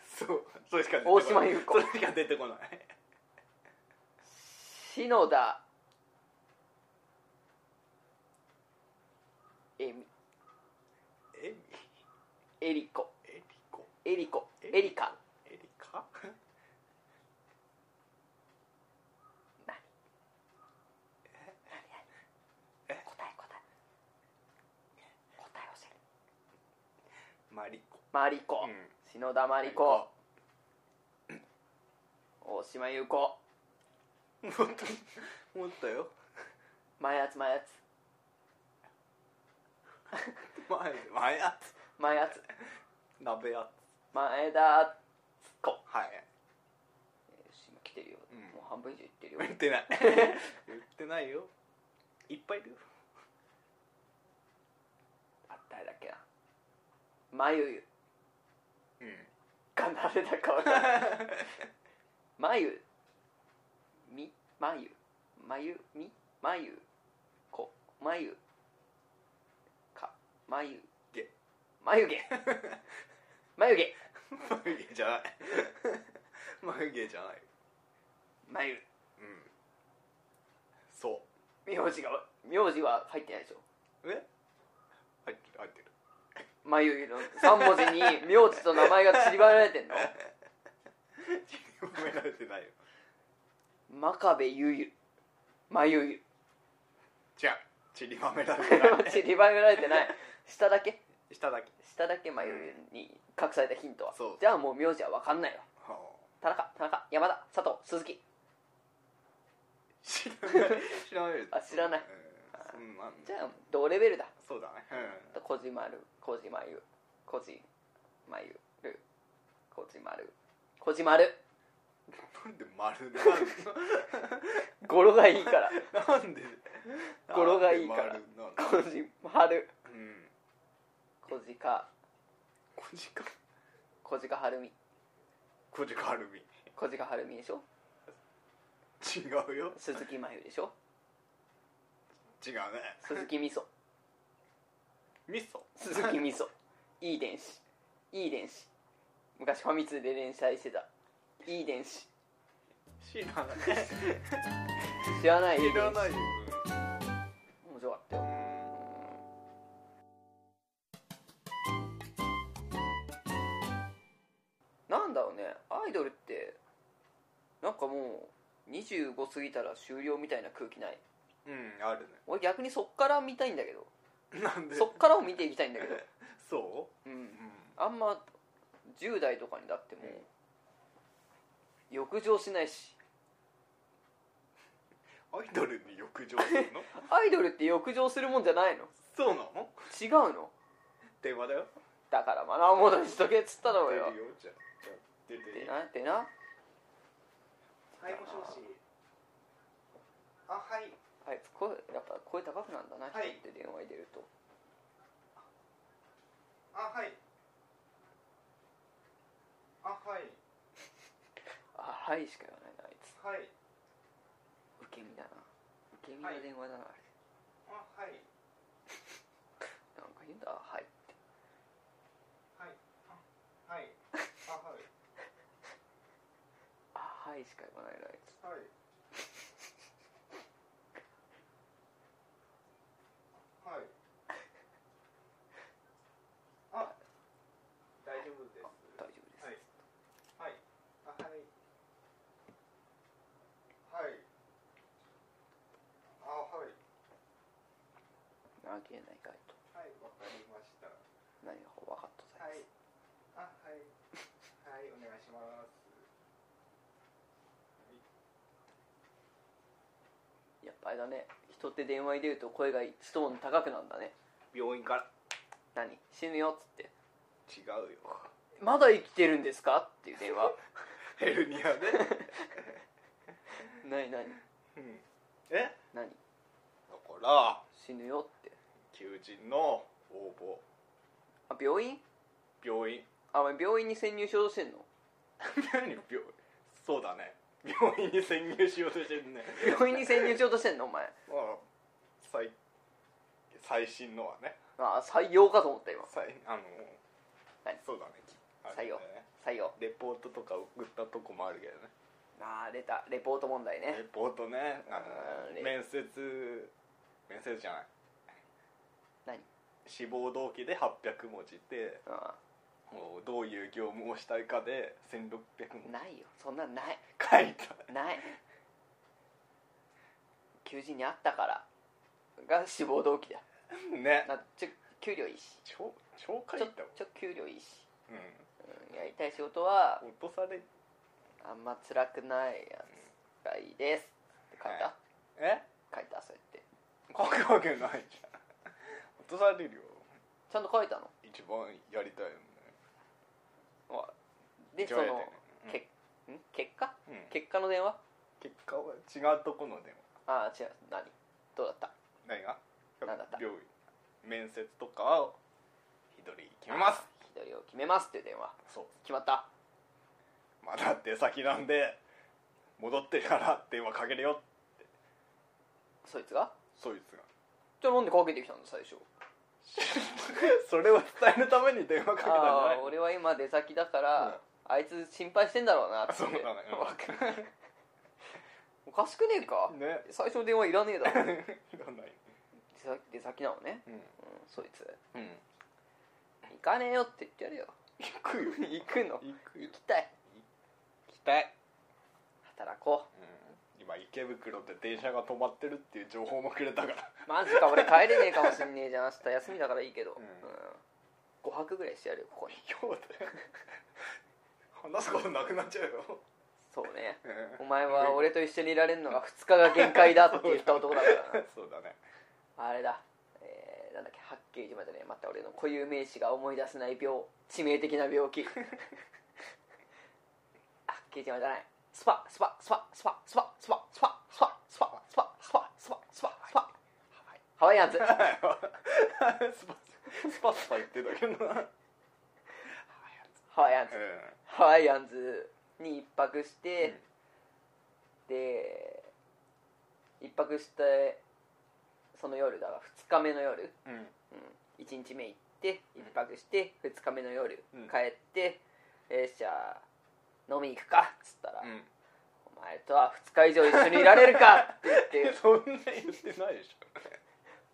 そうそれしか出てこ
大島
ない
優子
それしか出てこない
篠田恵美
え
エリコ
エリコ
エリコエリカ
エリカ
答え答え答え教える
マリコ
マリコ、
うん
篠田マリコ大島優子
もっともっとよ
前やつ前やつ
前前やつ
前やつ
鍋やつ
前田敦子
はい
今来てるよ、
うん
もう半分以上いってるよ
言ってない言ってないよいっぱいいるよ
あ誰だっけなまゆゆ
うん
が誰だかわかんないまゆみまゆまゆみまゆこまゆかまゆ
げ
眉毛眉毛
眉毛じゃない眉毛じゃない
眉
うんそ
名字が名字は入ってないでしょ
うえ入ってる入ってる
眉毛の3文字に名字と名前が散りばめられ てんの
褒められてないよ
真壁ゆゆ眉ゆ
違うちりばめられてない
散りばめられてない下だけ
下だけ
下だけ眉ゆに隠されたヒントは
そう
じゃあもう名字は分かんないわ
はあ
田中田中山田佐藤鈴木
知らない知らないよ
あ知らない
うん、そんなん
じゃあ同レベルだ
そうだね
と小島る小島ゆ小島ゆる小島る小島る
うんなんで丸でなん
語呂がいいから
なんで
語呂がいいから
なんで丸なの
小島る
うん
小鹿
小鹿
小鹿はるみ
小鹿アルミ
小鹿はるみでしょ
違うよ
鈴木まゆでしょ
違うね
鈴木みそ
味噌
鈴木み そいい電子いい電子昔ファミ通で連載してたいい電子
知らない
知らないいい電
知
子
らないよ
面白かったよなんだろうねアイドルってなんかもう25過ぎたら終了みたいな空気ない
うん、うん、ある
俺逆にそっから見たいんだけど
ねなんで
そっからを見ていきたいんだけど、
そ
うん
う、う、ん、
あんま10代とかにだってもう浴場しないし
アイドルに浴場するの
アイドルって浴場するもんじゃないの
そうなの
違うの
電話だよ
だからマナーモードにしとけっつったろうよ
出るよじゃあじゃあ出て
で
る
なでな
はいもしもしあはい
はい声やっぱ声高くなんだな、
はい
人って電話に出ると
あはいあはい
あはいしか言わないなあいつ
はい
受け身だな受け身の電話だな、あれ
あはい
なんか言うんだはいって
はいあはいあはい
あはいしか言わないなあいつ
はいはいあ大丈夫です
大丈夫です、
はいはいあはいはいあはい
あきれないかいと
はいわかりましたは
何が分かったさ
いあはいはいお願いします
やっぱりだね人って電話に出ると声が一トーン高くなんだね
病院から
何死ぬよっつって
違うよ
まだ生きてるんですかっていう電話
ヘルニ アで、
何何
うん、えだ
何
から
死ぬよって
求人の応募
あ病院
病院
あお前病院に潜入しようとしてんの
何病院そうだね病院に潜入しようとしてるね
病院に潜入しようとしてんのお前
まあ最最新のはね
あ採用かと思った今
最あの
はい
そうだねきあれだね
採用採用
レポートとか送ったとこもあるけどね
ああ出たレポート問題
レ
ね
ポートねあ
うん
の
レ
面接面接じゃない
何
志望動機で800文字で
あ
もうどういう業務をしたいかで1600
あ
文字
ないよそんなんない
書いた
ない求人にあったからが志望動機だ
ね
なちょ給料いいし
超超書い
ち
た
ょ
もん
ちょ給料いいし、
う
うんやりたい仕事は
ん落とされ
あんま辛くないやつがいいですって書いた、
はえ
書いたそうやって
書くわけないじゃん落とされるよ
ちゃんと書いたの
一番やりたいのね
わで
一
そ
番
の
やりたいねうん
けん結果
うん
結果の電話
結果は違うとこのでも
ああ違う何どうだった
何が
何だった
病院面接とかを一人決めます
あー左を決めますっていう電話
そう
決まった
まあだって先なんで戻ってから電話かけるよ
そいつが
そい つが
じゃあなんでかけてきたんだ最初
それを伝えるために電話かけたんじゃな
あ
い
あ俺は今出先だから、
うん
あいつ心配してんだろうなって
そうだねうん
わかんない おかしくねえか
ね
最初の電話いらねえだろ
いらない
出先出先なのね、
うん
うん、そいつ
うん
行かねえよって言ってやるよ
行くよ
行くの
行くよ
行きたい
行きたい
働こ
うん今池袋で電車が止まってるっていう情報もくれた から
うマジか俺帰れねえかもしんねえじゃん明日休みだからいいけど、
うん
5泊ぐらいしてやるよここに
今日で話すことなくなっちゃうよ
そうね
うん
お前は俺と一緒にいられるのが2日が限界だって言った男だから
そうだね
なあれだえー、なんだっけ八景島じゃねえまた俺の固有名詞が思い出せない病致命的な病気 八景島じゃないスパスパスパスパスパスパスパスパスパスパスパスパスパスパハワイアンズ
スパスパスパ言ってたけどな
ハワイアンズ
う
ハワイアンズに一泊して、で一泊してその夜だから2日目の夜、
んうん
うん、1日目行って一泊して2日目の夜、
うん
帰ってえー、じゃあ飲み行くかっつったら、
うん
お前とは2日以上一緒にいられるかって言って
そんな言ってないでし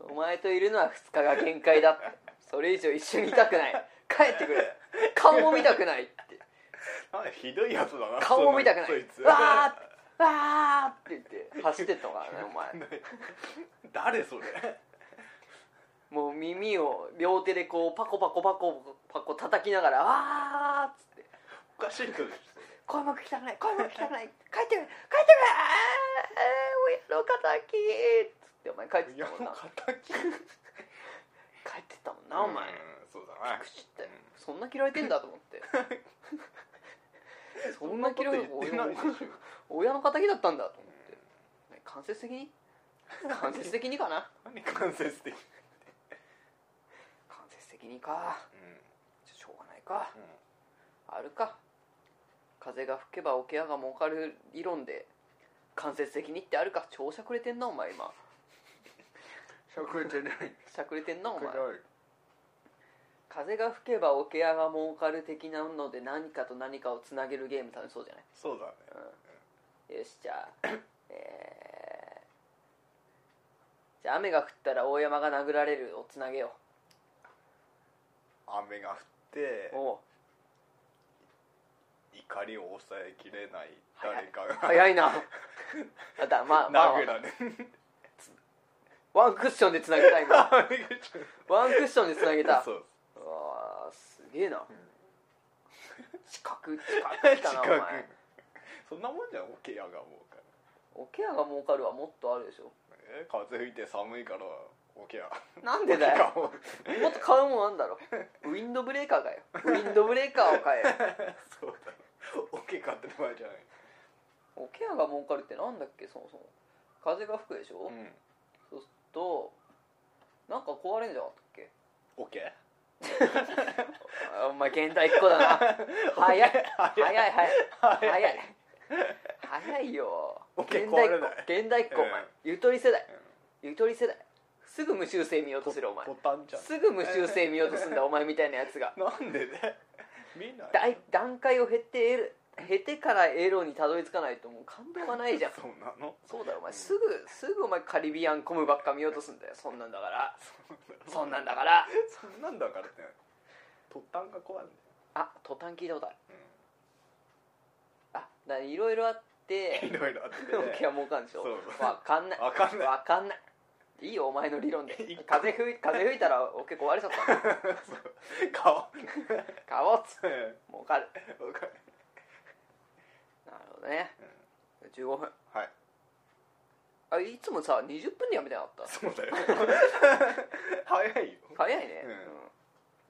お前といるのは2日が限界だってそれ以上一緒にいたくない帰ってくれ顔も見たくないって
ょあ ひどいやつだな
顔も見たくない
そのそいつ
わーってわーって言って走ってったからねお前
誰それ
もう耳を両手でこうパコパコパコパコ叩きながら「わー」っつって
おかしい人でしょ
「声も聞きたくない声も聞きたくない帰ってくれ帰ってくれあー親の敵」っつってお前帰って
それ
ったもんな
敵
帰ってったもんなお前
そうだな
口ってそんな嫌われてんだと思って そんな嫌われ
そんなこと言ってないでしょ
親の敵だったんだと思って間接的 に間接的にかな
何間接的
間接的にか
う
しょうがないか
ん
あるか風が吹けば桶屋が儲かる理論で間接的にってあるか超しゃくれてんなお前今
しゃくれてない
しゃくれてんなお前
暗い
風が吹けば桶屋が儲かる的なので何かと何かをつなげるゲーム楽しそうじゃない
そうだね
よしじゃあ えーじゃあ雨が降ったら大山が殴られるをつなげよ
雨が降って
うおう
怒りを抑えきれない誰かが
早 いなあだまあまあ
殴られる
ワンクッションでつなげた 今ワンクッションでつなげた
そう
うわーすげえな、 近く近く来
近
た
く
なお前
そんなもんじゃん桶屋がもうか
桶屋が儲かるはもっとあるでしょ
らえ風吹いて寒いから桶屋
なんでだよ
も
もっと買うもんあんだろウィンドブレーカーかよウィンドブレーカーを買えよ
そうだ桶買ってる場合じゃない
桶屋が儲かるってなんだっけそもそも風が吹くでしょ、
うん
そうするとなんか壊れんじゃなかったっけ
桶
あお前現代っ子だな 早い早い早い
早
早
い
い早いよ
オッケー
現代っ
壊れない
子現代っ子お前、
うん
ゆとり世代、ゆとり世代すぐ無修正見ようとするお前
ボタンじゃん
すぐ無修正見ようとすんだお前みたいなやつが
なんでね見ない
だい段階を経てエロ経てからエロにたどり着かないともう感動がないじゃん
そうなの
そうだよお前
うん
すぐすぐお前カリビアンコムばっか見ようとすんだよそんなんだからそんなんだから
そんなんだからって突端が怖いんだよ
あ途端聞いたことあるあだいろいろあって
うんいろいろあっ
でも気
て
が儲かんでしょ
そう
わかんない
わかんない
わかんないいいよお前の理論で
いい
風吹い風吹いたらオケ壊れちゃったの
そう顔
買おうっつ
うん
儲かる
わかる
なるほどね
うん
15分
はい
あいつもさ20分でやめてなかった
そ うだよ早いよ
早いね、
うん
うん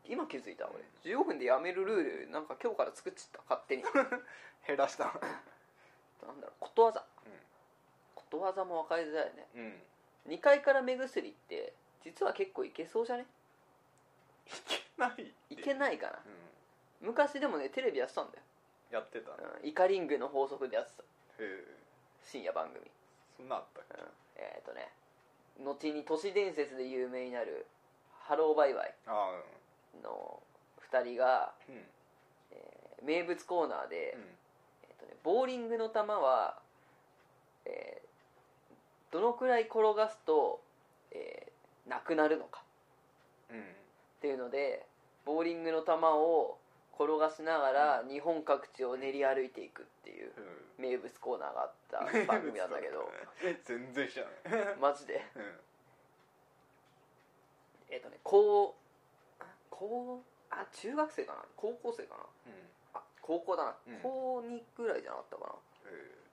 今気づいた俺15分でやめるルールなんか今日から作っちゃった勝手に
減らした
なんだろうことわざ、
うん
ことわざも分かりづらいね
うんい
2階から目薬って実は結構いけそうじゃね
けない
いけないかな
うん
昔でもねテレビやってたんだよ、
やってたね
うん、イカリングの法則でやってた
へえ
深夜番組、
そんなんあったっ
うん、えっ、ー、とね後に都市伝説で有名になるハローバイバイ
けああ
の2人が
うんうん
名物コーナーで、
うん
えっとね、ボーリングの球は、えーどのくらい転がすと、えーなくなるのか
うん
っていうのでボーリングの球を転がしながら日本各地を練り歩いていくっていう
うん
名物コーナーがあった番組なんだけど
全然知らない
マジで
うん
えっ、とね高あ高あ中学生かな高校生かな
うん
あ高校だな、
うん
高2くらいじゃなかったかな
へ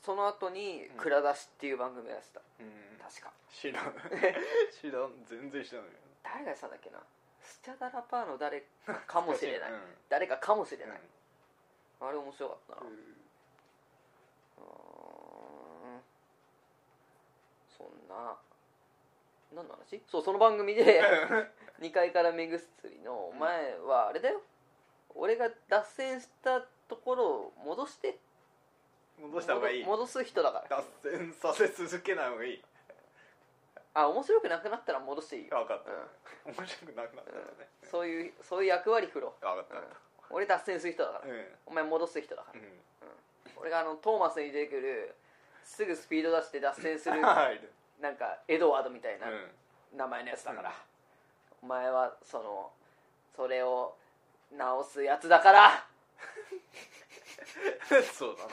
その後に
うん
「蔵出し」っていう番組をやってた
えうん
確か
知 らん知らん全然知らない
誰がやってたんだっけなスチャダラパーの誰かかもしれない
うん
誰かかもしれない、あれ面白かったな
う
うんーんそんな何の話そうその番組で2階から目薬の
うん
前はあれだよ俺が脱線したところを戻して
戻した方がいい
戻戻す人だから
脱線させ続けない方がいい
あ面白くなくなったら戻していいよ
分かった、面白くなくなったらね、
そういうそういう役割振ろう
分かった分かっ
俺脱線する人だか
た
ら
うん、
お前戻す人だから
うん
俺があのトーマスに出てくるすぐスピード出して脱線 する
はい
なんかエドワードみたいな
うん
名前のやつだから、お前はそのそれを直すやつだから
そうだな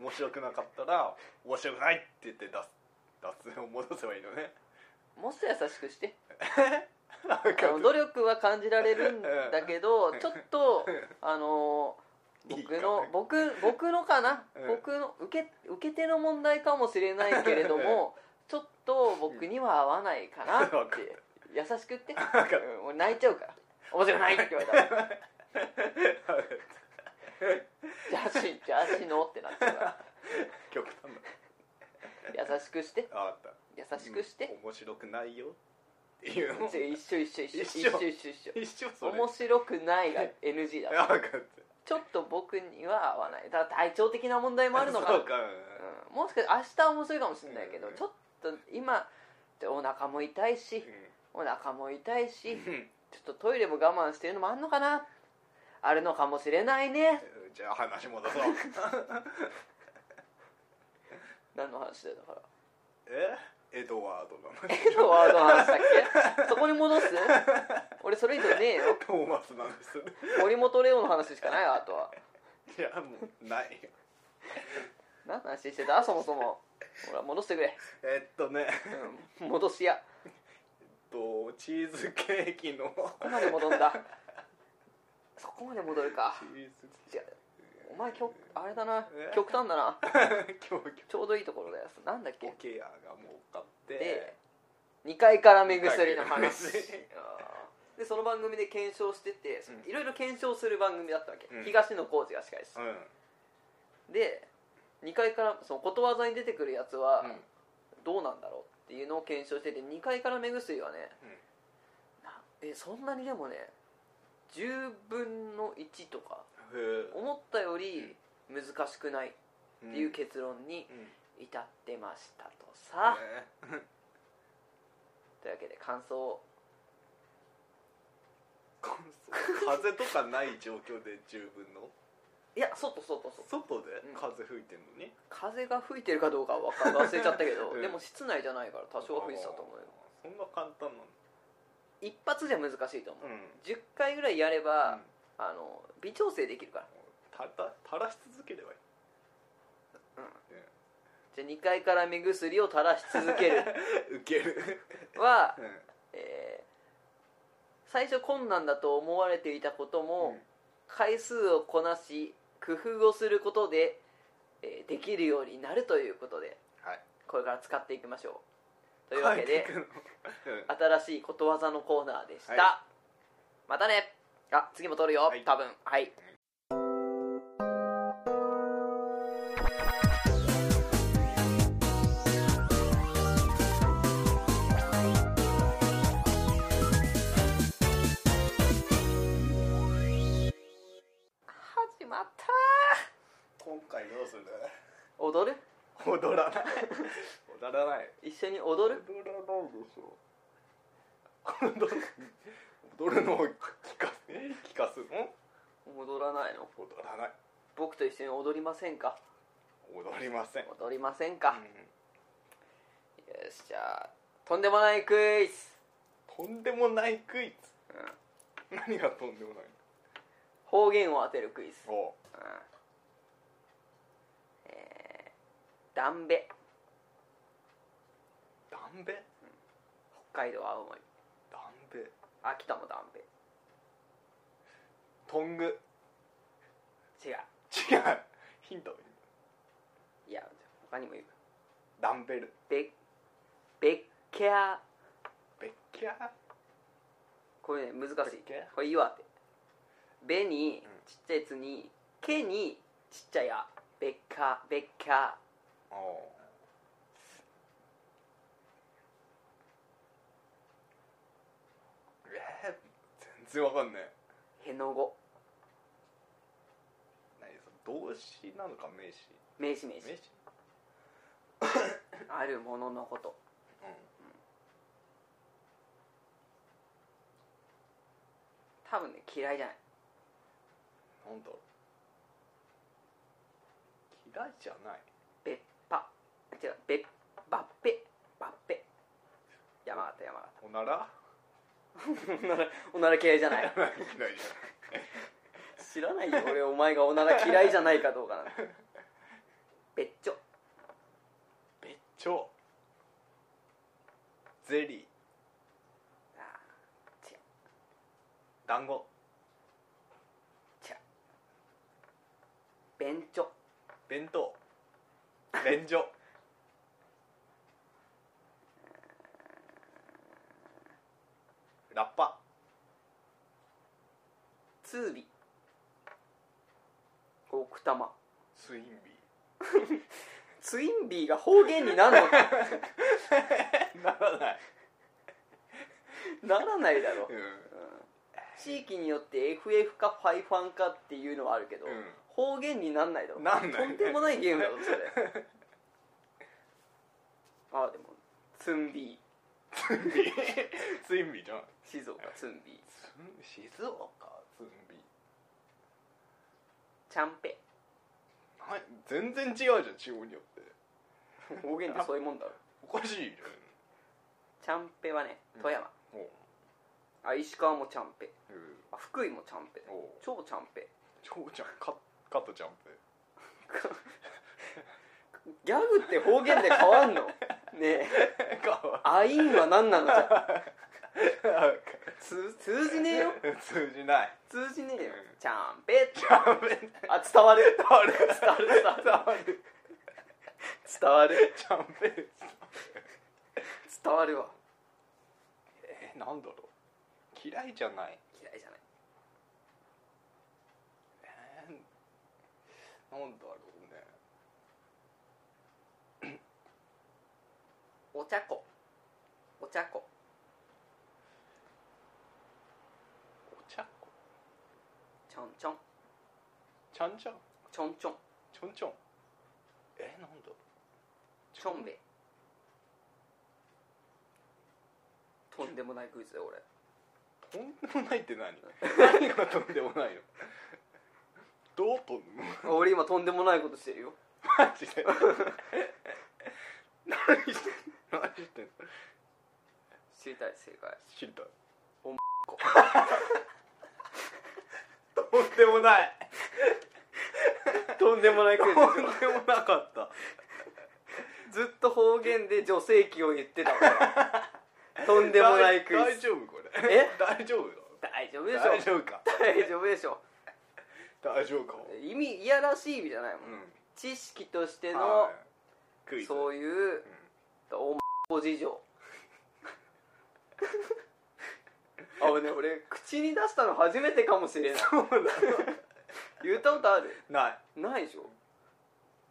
面白くなかったら面白くないって言って脱脱線を戻せばいいのね
もっと優しく して
なん
あの努力は感じられるんだけど
ん
ちょっとあの
いい
僕
か
の僕僕のかな、
うん
僕の受け受け手の問題かもしれないけれどもちょっと僕には合わないかなって
わかっ
優しく言って
かった
うん俺泣いちゃうから面白くないって言われたらジャーシージャーシーのってなっちゃうか
極端だ
ら優しくして
あ分かっ
優
た
しくして、
面白くないよっていうの
一緒一緒一緒一緒一緒
一緒
一緒
一緒それ
面白くないが NG だ
あ分かっ
ち
た
ょっと僕には合わないただ体調的な問題もあるのかな
そうか
うん、もしかして明日は面白いかもしれないけど、
うん
ちょっと今お腹も痛いし
う
お腹も痛いし、ち
ん
ょっとトイレも我慢してるのもあんのかなあるのかもしれないね
じゃあ話戻そう
何の話だよだから
えエドワードの話
エ ドワードの話だっけそこに戻す俺それ以上ねえよ
トーマスの話する
森本レオの話しかないわあとはい
やもうない
何の話してたそもそもほら戻してくれ、
えっとね
うん、戻しや
とチーズケーキの
ここまで戻んだそこまで戻るか
チーズ
いやお前きょあれだな極端だな
狂気
ちょうどいいところだよなんだっ
ボ
け
ケヤーが儲かって
で2階から目薬の
目
話
薬
でその番組で検証してて
うん
いろいろ検証する番組だったわけ、
うん
東野幸治が司会して
うん、
で2階からそのことわざに出てくるやつは、
うん
どうなんだろうっていうのを検証してて2階から目薬はね、なえそんなにでもね10分の1とか思ったより難しくないっていう結論に
うん
至ってましたとさ、
ね
というわけで感想を
感風とかない状況で十分の
いや外外外
外で
うん
風吹いてんのに
風が吹いてるかどうかは分かん忘れちゃったけど、
うん
でも室内じゃないから多少は吹いてたと思うよ
あーそんな簡単なの
一発じゃ難しいと思う、
うん
10回ぐらいやれば、
うん
あの微調整できるから
たた垂らし続ければいい
じゃあ2階から目薬を垂らし続け る
ウケる
は、
うん
えー最初困難だと思われていたことも、
うん
回数をこなし工夫をすることで、えーできるようになるということで
はい
これから使っていきましょ うというわけで
帰ってくのうん
新しいことわざのコーナーでした、
は
またねあ次も撮るよ、
はい
多分はい始まった
今回どうする
踊る
踊らない踊らない
一緒に踊る
踊らないでしょ踊る踊るのを聞かす聞かすの
踊らないの
踊らない
僕と一緒に踊りませんか
踊りません
踊りませんか、
う
よ
ん
しじゃあとんでもないクイズ
とんでもないクイ
うん
ズ何がとんでもない
方言を当てるクイズ
のお
うんえー、ダンベ
ダンベ
北海道青森
ダンベ
秋田もダンベ
トング
違う
違うヒント
いや他にも言う
ダンベル
ベベッケア
ベッキャー
これね難しい
ベッケ
これ岩手ベに
うん
ちっちゃいつにケにちっちゃいアベッカベッカ
おおえー、全然わかんない
への語
何それ動詞なのか名詞
名詞名
名
詞
詞
あるもののこと
うん
多分ね嫌いじゃない
なんだろう嫌いじゃない
べっぱ違うべっばっぺばっぺ山形山形
おなら
おならおなら嫌いじゃない
嫌いじゃない
知らないよ俺お前がおなら嫌いじゃないかどうかなんてべっちょ
べっちょゼリー
あー違う
団子
違うべんちょ
弁当便所ラッパ
つうび奥多摩
スインビ
ツインビーが方言になるのか
ーならない、
ならないだろ
うん、
地域によって FF かファイファンかっていうのはあるけど、
うん
方言になんないだろ
なんない
とんでもないゲームだぞそれ ああでもツンビー
スインビースインビーじゃん
静岡ツンビー
静岡スインビー
チャンペ
はい全然違うじゃん地方によって
方言ってそういうもんだろ
おかしいじ
チャンペはね富山、
ゃんおう、
あ石川もチャンペ
うん、
あ福井もチャンペ
おう
超チャンペ
ちょうちゃんカカットちゃんって
ギャグって方言で変わ んのねえ
かわ
アインは何なのじゃあ
い
通通じねえよ
い 通じない
通じねえよ
うん
チャンペ
ダメ
あ 伝わる
あ
伝わる
れ
伝 わる伝わる伝わる
ちゃんべ
伝わるわ
えー、なんだろう嫌いじゃない
嫌いじゃない
えー、なんだろうね
お茶子お茶子
お茶っこ
ちょんちょん
ちゃんちゃん
ちょんちょん
ちょんちょんえー、なんだろう
ちょんべとんでもないクイズだよ俺
とんでもないって何何がとんでもないのどうとんの
俺今とんでもないことしてるよ
マジで何してんの何してんの
知りたい正解
知りたいおまっことんでもない
とんでもないクイズでし
と
ょ
んでもなかった
ずっと方言で女性器を言ってたから とんでもないクイ
大
ズ
丈夫これ
え
大丈夫
大丈夫
な
でしょ
の大丈夫か
大丈夫でしょ
大丈夫か
意味いやらしい意味じゃないもん、
うん
知識としての
はいクイズ
そういうおまっこ事情 あ俺ね俺口に出したの初めてかもしれない
そう
言ったことある
なのない
ないでしょ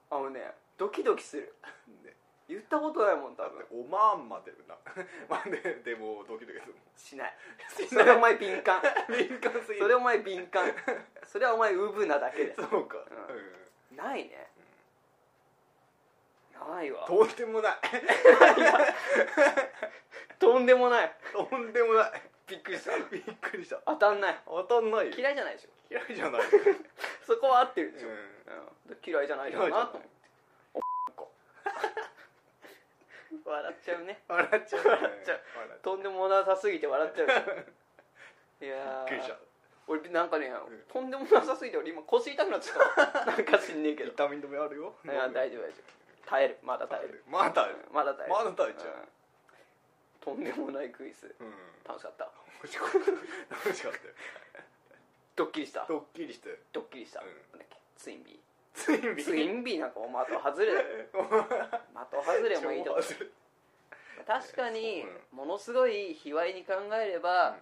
あのねドキドキする
ね
言ったことないもん多
だっ
分
ておまんまでな まあねでもドキドキする
しない
も ん
それお前敏感
敏感すぎる
それお前敏感それはお前ウブなだけで
そうか
うんないね、ないわ
うんとんでもない
とんでもない
とんでもない
びっくりした
びっくりした
当たんない
当たんないよ
嫌いじゃないでしょ
嫌いじゃないよ
そこは合ってるでしょ、
う
うん嫌いじゃない
ん
だろ
嫌
う
いじゃ
な
ない
と思ってお笑っちゃうね
笑っちゃう
笑っちゃう
笑っ
とんでもなさすぎて笑っちゃうでしょい
び
や
っくりし
ー
た
俺なんかね、
ん
とんでもなさすぎて俺今腰痛くなっちゃった なんか知んねえけどい
痛み止めあるよ
や大丈夫大丈夫耐えるまだ耐える
まだある
うんまだ耐える
まだ耐えちゃ
うん、とんでもないクイズ
うん
楽しかった
楽しかった楽しかったよ
ドッキリした
ドッキリして
ドッキリした、
うん
なんだっけツインビ
ツイン
ー
ビ
ツインビーなんかお前後外れだよ 的外れもいいと思う確かにものすごい卑猥に考えれば、
うん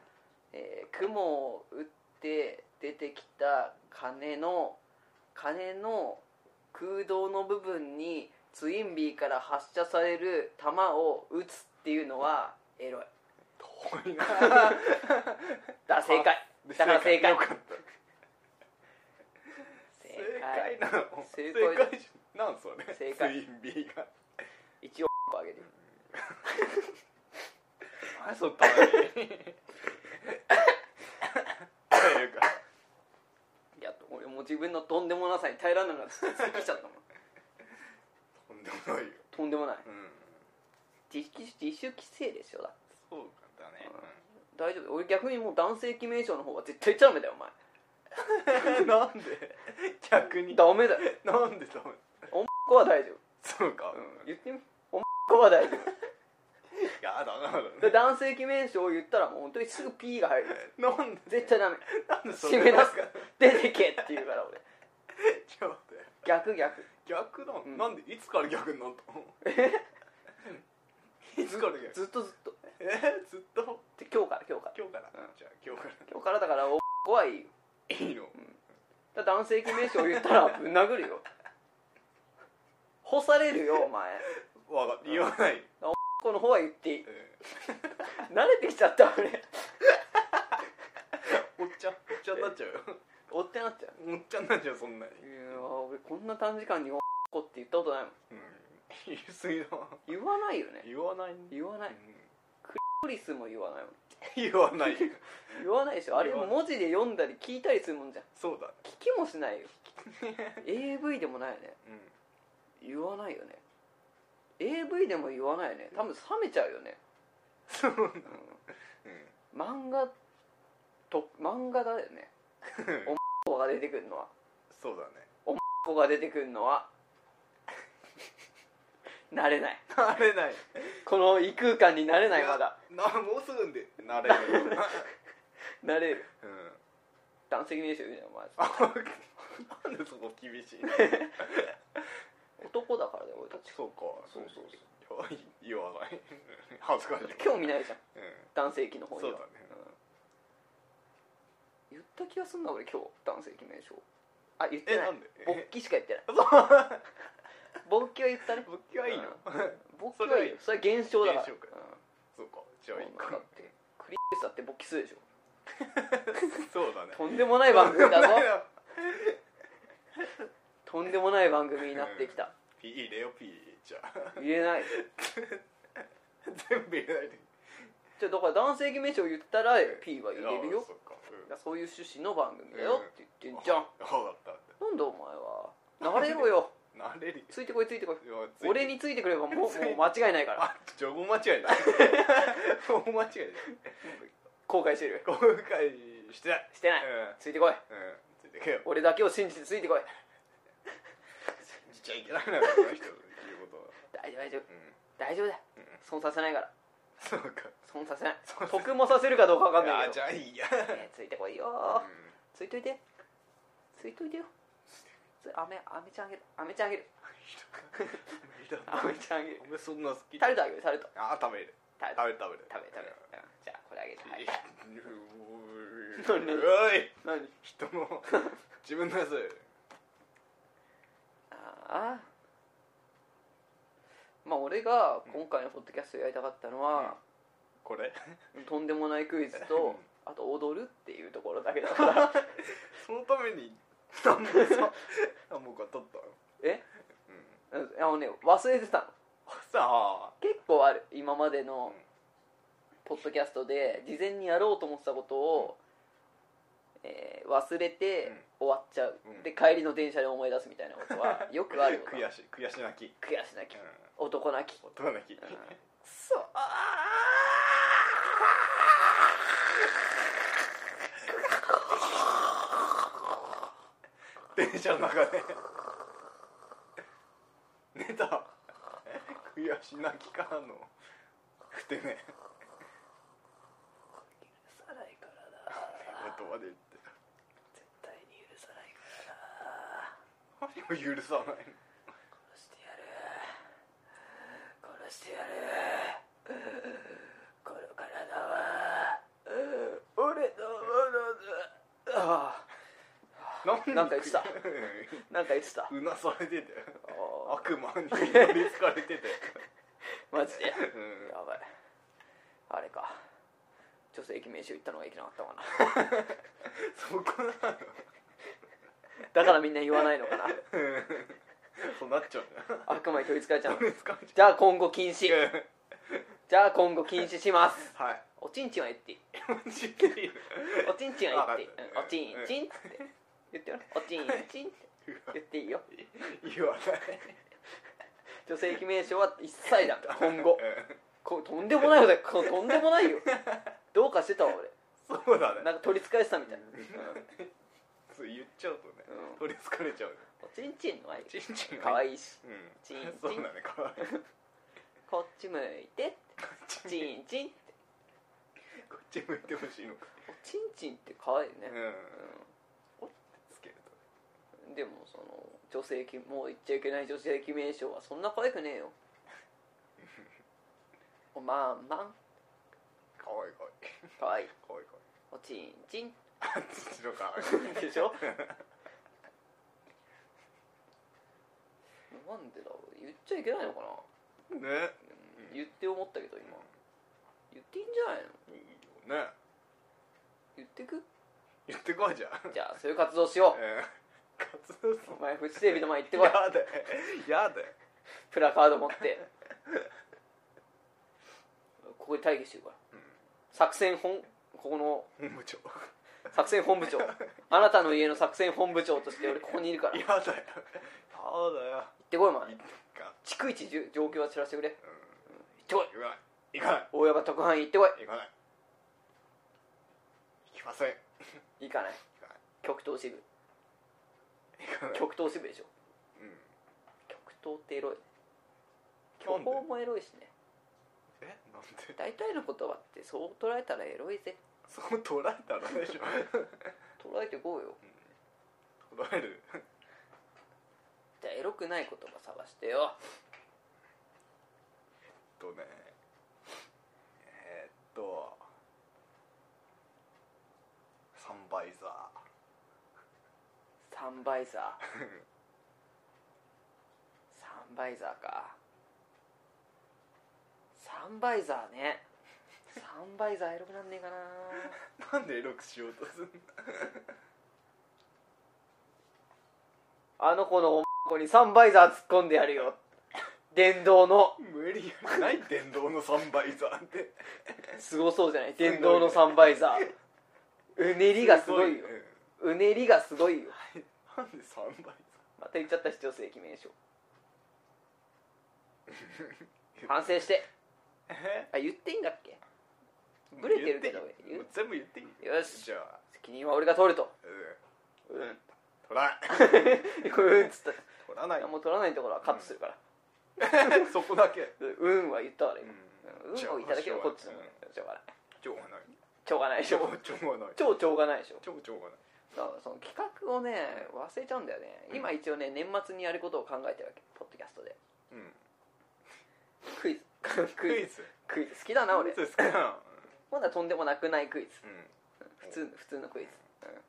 えー雲を打って出てきた鐘の鐘の空洞の部分にツインビーから発射される弾を撃つっていうのはエロい
遠いな
だから正解
で
だから正解
よかった
正
正解なの
正
正
解だ
解なんそれ
正解
ツインビーが
一応あげてる
何 そったのによかった
いや俺もう自分のとんでもなさに耐えられなくなってきちゃったもん
とんでもないよ
とんでもない
うん
自主自主規制ですよだって
そうだね
大丈夫俺逆にもう男性記名称の方は絶対言っちゃダメだよお前
うんなんで逆に
ダメだよ
なんでダメ
おんっこは大丈
そうか
夫、うん、言ってみおんっこは大丈
やだ な
夫男性記名称を言ったらもう本当にすぐ P が入る
なんで
絶対ダメ
なんでそ
締め出
れ なん
すから出てけって言うから俺
ちょっと待って
逆逆
逆なの、
うん
なんでいつから逆になったのいつから逆
ずっとずっと
えずっと
で今日から今日から
今日から、
うん
じゃあ今日か
今日からだからおんっこはいいよ
らいいの
だから男性記名称を言ったらぶん殴るよ干されるよお前
わかった言わない、
この方は言っていい
え
慣れてきちゃった俺
ーおっちゃんおっちゃんになっちゃうよ
追ってなっちゃう
おっちゃんになっちゃうそんなに
いやー俺こんな短時間におっこって言ったことないもん
うん言い過ぎだ
言わないよね
言わない、うん
言わないポリスも言わないもん
言わないよ
言わないでしょあれ
言わ
も
ない
文字で読んだり聞いたりするもんじゃん
そうだ
聞きもしないよ AV でもないよね
うん
言わないよね AV でも言わないよね多分冷めちゃうよね
そうだ
漫画と漫画だよね
うん
お子が出てくるのは
そうだ
子が出てくるのは 慣れない
ね慣れない
この異空間に慣れないまだ
なもうすぐんで慣れるよ
慣れる
うん
男性的でしょみたいなお前
あなんでそこ厳しいの
男だからだよ俺たち
そうか
そうそう
そう言わない恥ずかしい
興味ないじゃん
うん
男性器の方には
そうだね
うん言った気がすんな俺今日男性器名称あ言って
え
な
ないんで
勃起しか言ってない
そう
勃起は言ったね
勃起はいいの
勃起はいいよそれは現象だから
現象かそうかじゃあいい
うんだ
か
ってクリスだって勃起するでしょ
そうだね
とんでもない番組 だぞとんでもない番組になってきた
ピー入れよピーじゃあ
入れない
全部入れないで
じゃあだから男性偽名称言ったら P は入れる
あ
よ
そっか、うん、
だからそういう趣旨の番組だよって言ってんじゃん、
そうだったん
なんだお前は流れろよ
だ慣れるよ
ついてこいついてこい
いやついて
俺についてくればもうもう
ついて
間違いないから
あ情報間違いだ情報間違い
後悔してる
だ後悔してない
してない、ついてこい
うん、うん、ついてけよ
俺だけを信じてついてこい
信じちゃいけないなこの人の言うことは
大丈夫大丈夫
うん
大丈夫だよ
うん
損させないから
そうか
損させない
そう
得もさせるかどうか分かんない
あ
け
じ
ど
ゃあいいや
ねついてこいよ
うん
ついといてついといてよつあめあめちゃんあげるあめちゃんあげる
いいだ
あめちゃんあげる
おめそんな好き
タルトあげるタルト
あ食べる
タルト
食べる食べる
食べ食べ、うんじゃあこれあげるはい
食べるおい
何
人の自分のやつ
ああまあ俺が今回のポッドキャストやりたかったのは、
これ
とんでもないクイズ
う
と
ん
あと踊るっていうところだけだから
そのために何でさ何本か取ったの
え
うん
うんあのね忘れてたの
さあ
結構ある今までの
うん
ポッドキャストで事前にやろうと思ってたことを、えー忘れて終わっちゃう、
うん
で帰りの電車で思い出すみたいなこと はよくあること
悔しい悔し泣き
悔し泣き男泣きく
大人泣き
そ
電車の中で寝た悔し泣きからのふてね
許さないからな
音まで言って
絶対に許さないから
何も許さない
殺してやる殺してやるこの体は俺のものだああ
の
なんか言ってた
う
なんか言ってた
んうなされてて
あ
悪魔に取りつかれてて
マジでや
うん
ばいあれか女性記名集行ったのがいけなかったかな
そこなの
だからみんな言わないのかな
うんそうなっちゃうね
悪魔に取りつかれちゃうの
取りつかれち
じゃあ今後禁止
ゃう
じゃあ今後禁止します
うんはい
おちんちんは言っていい
マジでいいの
おちんちんは言っていい、
わ
うんお
かった
ちんちんって言ってよおちんちんって言っていいよ
言わない
女性記名称は一切だ今後こうとんでもないことだよこうとんでもないよどうかしてたわ俺
うん そうだね
なんか取りつかれてたみたいな、
そう言っちゃうとね、
うん
取りつかれちゃうね
おちんちんの愛
ちんちんが
かわいいし
うん
チンチン
そうだねかわいい
こっち向いて
チンチン
ちんちんって
こっち向いてほしいのか
おちんちんって可愛い
うん
ね、
つけると
うんでもその女性記もう言っちゃいけない女性記名称はそんな可愛くねえよおまんまん
かわいいかわいい
可愛い
かわいいか
おちんちん
わいいあっちのかわいい
でしょ
うん
なんでだろう言っちゃいけないのかな、
ね
うん言って思ったけど今言っていいんじゃないの
いいよね
言ってく
言ってこいじゃん
じゃあそういう活動しよ
うん活動す
うお前フジテレビの前行って
る
こい
やだよやだよ
プラカード持 ってここで待機してるから、
うん
作戦本ここの
本部長
作戦本部長あなたの家の作戦本部長として俺ここにいるから行
やだよやだよ
ってこいお前
行か
逐一じゅ状況は知らせてくれ行っ
う
てこい
ん行かない行かない
大山特派員行ってこ
行かない行きません
い行かない
行かない
極東支部
行かない
極東支部でしょ
うん
極東ってエロい
な
巨
んで
峰もエロいしね
えなんで
大体の言葉ってそう捉えたらエロいぜ
そう捉えたらでしょ
捉えてこうよ
捉える
じゃあエロくない言葉探してよ
とねえー、っとサンバイザー
サンバイザーサンバイザーかサンバイザーねサンバイザーエロくなんねえかな
なんでエロくしようとすんの
あの子のおっこにサンバイザー突っ込んでやるよ電動の
無理やない電動の3倍座って
すごそうじゃない
ごいね
電動のサンバイザーうねりがすごいよ
ね
うねりがすごいよ
なんで3倍
また言っちゃった必要性決めでしょ
座
反省して
え
あ言っていいんだっけ ブレてるけど
言っていい
言う
もう全部言っていい
よし
じゃあ
責任は俺が取ると
うん
うん
取らない
うんっつった
取らない
あもう取らないところはカットするから、
そこだけ
うん、は言ったから今、う
う
んん、をいただけばこっちのもんねしょうがない
超がない
しょうがないでし
超
ょ
超がない
超しょうがないでしょ
超超がない
だからその企画をね忘れちゃうんだよね今一応ね年末にやることを考えてるわけポッドキャストで
うん
クイズク
ク
イ
イ
ズ
ズ
クイズ好きだな俺
クイズ好きだな
まだとんでもなくないクイズ
うん
普通普通のクイズ、うん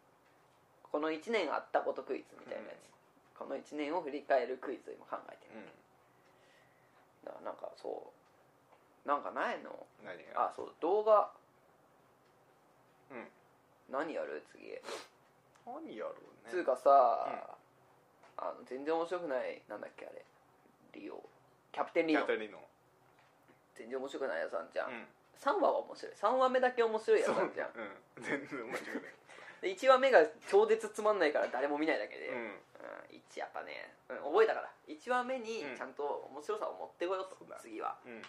この1年あったことクイズみたいなやつ、この1年を振り返るクイズを今考えてる
うん
だからなんかそうなんかないの
何が
あそう動画
うん
何やる次
何やろう
つう
ね
かさ、あの全然面白くないなんだっけあれリオキャプテンリ
キ
オ
ャタリの
全然面白くないやつあんじゃん、
うん
3話は面白い3話目だけ面白いやつあんじ ゃん
うん全然面白くない
で1話目が超絶つまんないから誰も見ないだけで、うん
うん
1やっぱね、うん覚えたから1話目に
うん
ちゃんと面白さを持ってこようと、
そうだ
次は
うん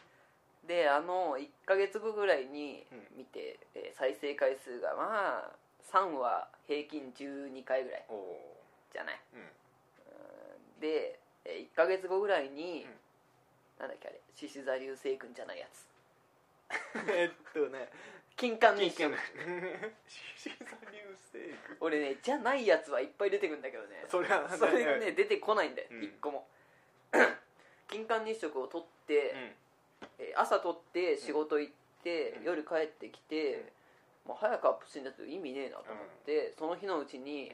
であの1ヶ月後ぐらいに
うん
見て、えー再生回数がまあ3話平均12回ぐらい
おお
じゃない
ーうん
で1ヶ月後ぐらいに、
うん
なんだっけあれ獅子座流星群じゃないやつ
えっとね
金管に
金獅子座流星群
俺ねじゃないやつはいっぱい出てくるんだけどね
それは
それがね出てこないんだよ、
うん
一個も 金環日食を取って
う、ん
えー朝取って仕事行って、
うん
夜帰ってきて、もう早くアップしないと意味ねえなと思って、その日のうちに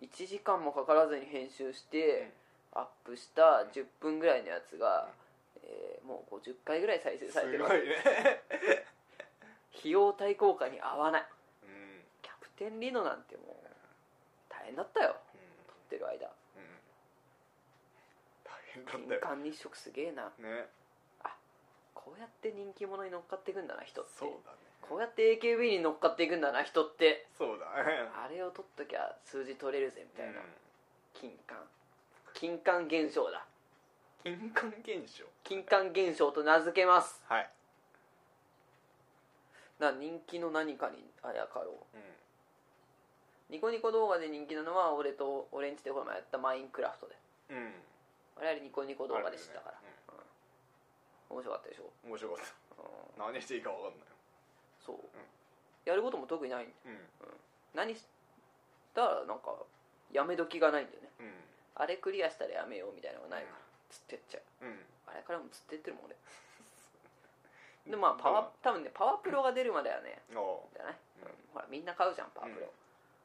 1時間もかからずに編集して、アップした10分ぐらいのやつが、えーもう50回ぐらい再生
す
さ
ご
れて
い
る
ね
費用対効果に合わない
うん
キャプテンリノなんてもう大変だったよ撮ってる間
うんうん大変だ
敏
ったよ
感日食すげえな
ね
こうやって人気者に乗っかっていくんだな人って
そうだね
こうやって AKB に乗っかっていくんだな人って
そうだね
あれを取っときゃ数字取れるぜみたいな、
うん
金環金環現象だ
金環現象
金環現象と名付けます
はい
な人気の何かにあやかろう
うん
ニコニコ動画で人気なのは俺と俺んちでこの前やったマインクラフトで
うん
我々ニコニコ動画で知ったから、面白かったでしょ、
うん面白かっ
うん
た何していいか分かんない
そう、やることも特にないんだよ
う
何したらなんかやめ時がないんだよね
んうん
あれクリアしたらやめようみたいなのがないからつってやっちゃう
うん
あれからもつってやってるもん俺でまあパワー多分ねパワープロが出るまではね
おお
じゃない、
うん
ほらみんな買うじゃんパワープロ、
うん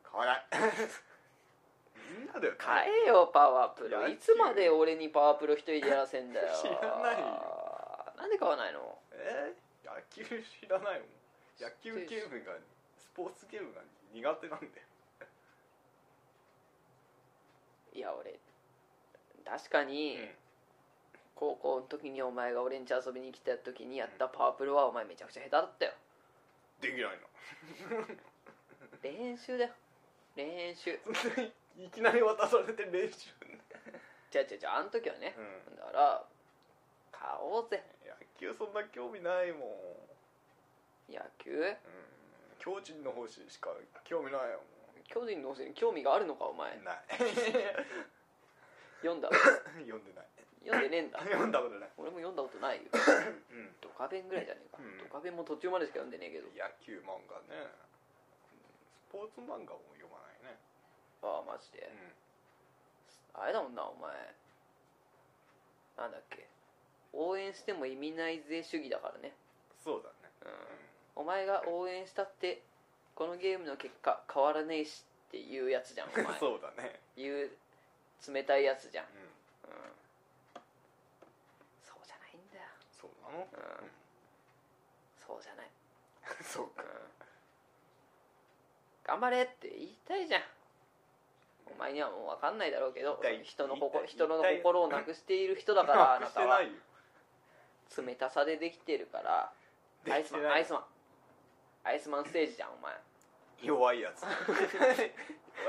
買わないみんなだよ
買えよパワープロ
野球
いつまで俺にパワープロ一人でやらせんだよ
知らないよ
なんで買わないの
えー野球知らないもん野球ゲームがスポーツゲームが苦手なんだよ
いや俺確かに、高校の時にお前が俺んち遊びに来た時にやったパワープロはお前めちゃくちゃ下手だったよ
できないの
練習だよ練習
いきなり渡されて練習
じゃあじゃあじゃああの時はね
う、ん
だから買おうぜ
野球そんな興味ないもん、
野球
うん、巨人の星しか興味ないも
巨人の星に興味があるのかお前
んない
読んだ
読んでない
読んでねえんだ
読んだことない、
俺も読んだことないよ
うん、
ドカベンぐらいじゃねえか、
うん
ドカベンも途中までしか読んでねえけど
野球漫画ねスポーツ漫画も読まないね、
ああマジであれだもんなお前なんだっけ応援しても意味ないぜ主義だからね
そうだね
うんお前が応援したってこのゲームの結果変わらねえしっていうやつじゃんお前
そうだね、
言う冷たいやつじゃん、うん、
うん、
そうじゃないんだよ
そうな の、
うんそうじゃない、
そう
うん
か、
頑張れって言いたいじゃんお前にはもう分かんないだろうけど
痛い
人の
痛
心
い
人の心をなくしている人だ からあな
なくしたて
は
ないよ
冷たさでできてるからアイ
でき
ス
て
マン
ない
アイスマンアイスマンステージじゃん お前
弱いやつ弱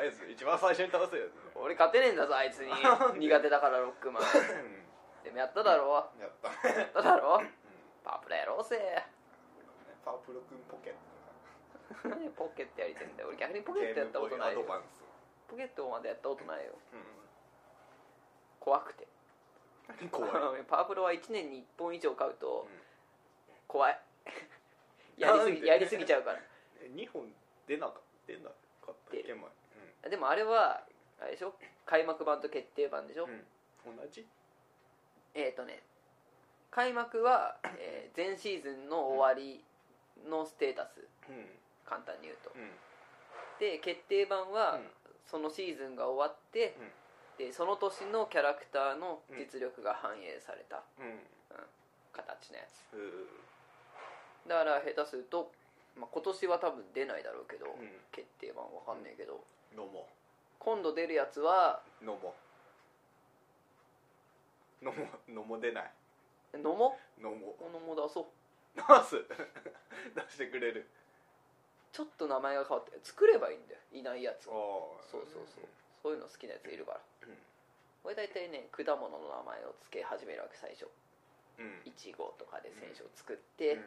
いやつ一番最初に倒すや つ
俺勝てねえんだぞあいつに苦手だからロックマン
うん
でもやっただろ
やったね
やっただろ
うん
パープルやろうぜ
パープル君ポケッ
何ポケットやりてんだよ俺逆にポ
ト
ケットやったことない
ゲームボー
よ
イアドバンス
ポケットまでやったことないよ
うん
怖くて
何怖 い
パープルは1年に1本以上買うと
うん
怖い やりす
なん で
ぎやりすぎちゃうから
え2本出なか出なかったっけ前、う
でもあれはあれでしょ開幕版と決定版でしょ、
ん同じ
えっ、ー、とね開幕は、えー前シーズンの終わりのステータス
うん
簡単に言うと
うん
で決定版は、
うん
そのシーズンが終わって、でその年のキャラクターの実力が反映された
うん
形のやつ
うん
だから下手すると、まあ、今年は多分出ないだろうけど、
うん
決定版わかんないけど、
飲も
今度出るやつは
う飲もう飲もう飲もう出ない
飲も
飲も
う飲もう出そう
う出す出してくれる
ちょっと名前が変わって作ればいいんだよいないやつ
あ
をそうそうそうそういうの好きなやついるから
うん
俺大体ね果物の名前を付け始めるわけ最初
うん
いちごとかで選手を作っ
う
て、
ん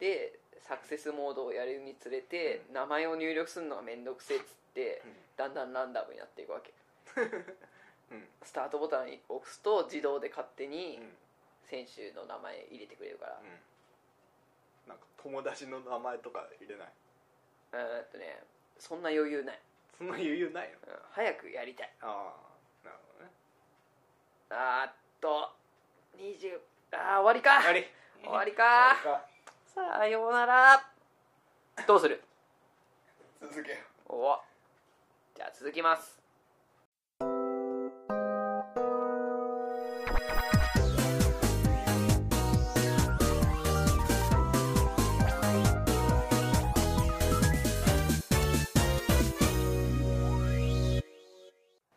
でサクセスモードをやるにつれて、
う
名前を入力するのが面倒くせえっつって、
うん
だんだんランダムになっていくわけ
うん
スタートボタンに押すと自動で勝手に
うん
選手の名前入れてくれるから、
なんか友達の名前とか入れない
うん、えっとねそんな余裕ない、
そんな余裕ないの
うん、早くやりたい
ああなるほどね
あーっと20あー終わりか
終わり
終わりか
終わ
さようならどうする
りか続けよ
おおじゃあ続きます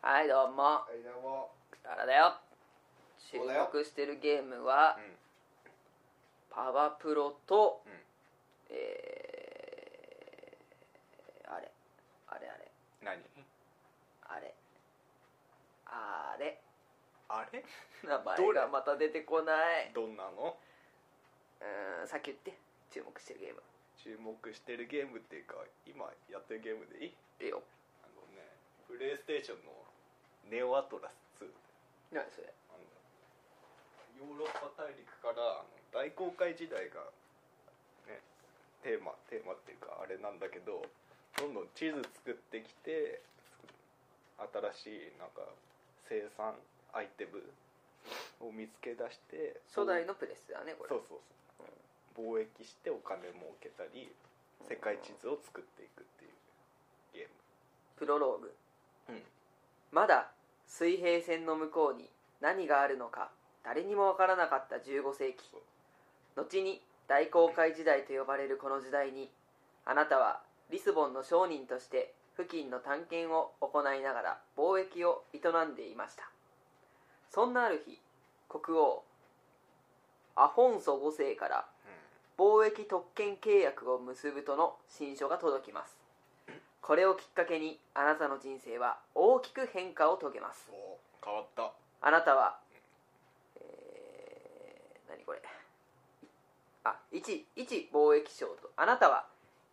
はいどうも
はいどうも
ララだよ収
そうだよ
録してるゲームは
うん
パワプロと、
うん
えーあれあれあれ
何
あれあれ
あれ
名
ど
前
れ
がまた出てこない
どんなの
うーんさっき言って注目してるゲーム
注目してるゲームっていうか今やってるゲームでいい
いいよ
あのねプレイステーションのネオアトラス2
何それ
あのヨーロッパ大陸からあの大航海時代が、ね、テーマテーマっていうかあれなんだけどどんどん地図作ってきて新しいなんか生産アイテムを見つけ出して
初代のプレスだねこれ
そうそうそう貿易してお金儲けたり世界地図を作っていくっていうゲ
プロローグ
ームうん
まだ水平線の向こうに何があるのか誰にもわからなかった15世紀
そう
後に大航海時代と呼ばれるこの時代にあなたはリスボンの商人として付近の探検を行いながら貿易を営んでいましたそんなある日国王アフォンソ5世から貿易特権契約を結ぶとの新書が届きますこれをきっかけにあなたの人生は大きく変化を遂げます
そう変わった
あなたは、えー、何これあ一一貿易商とあなたは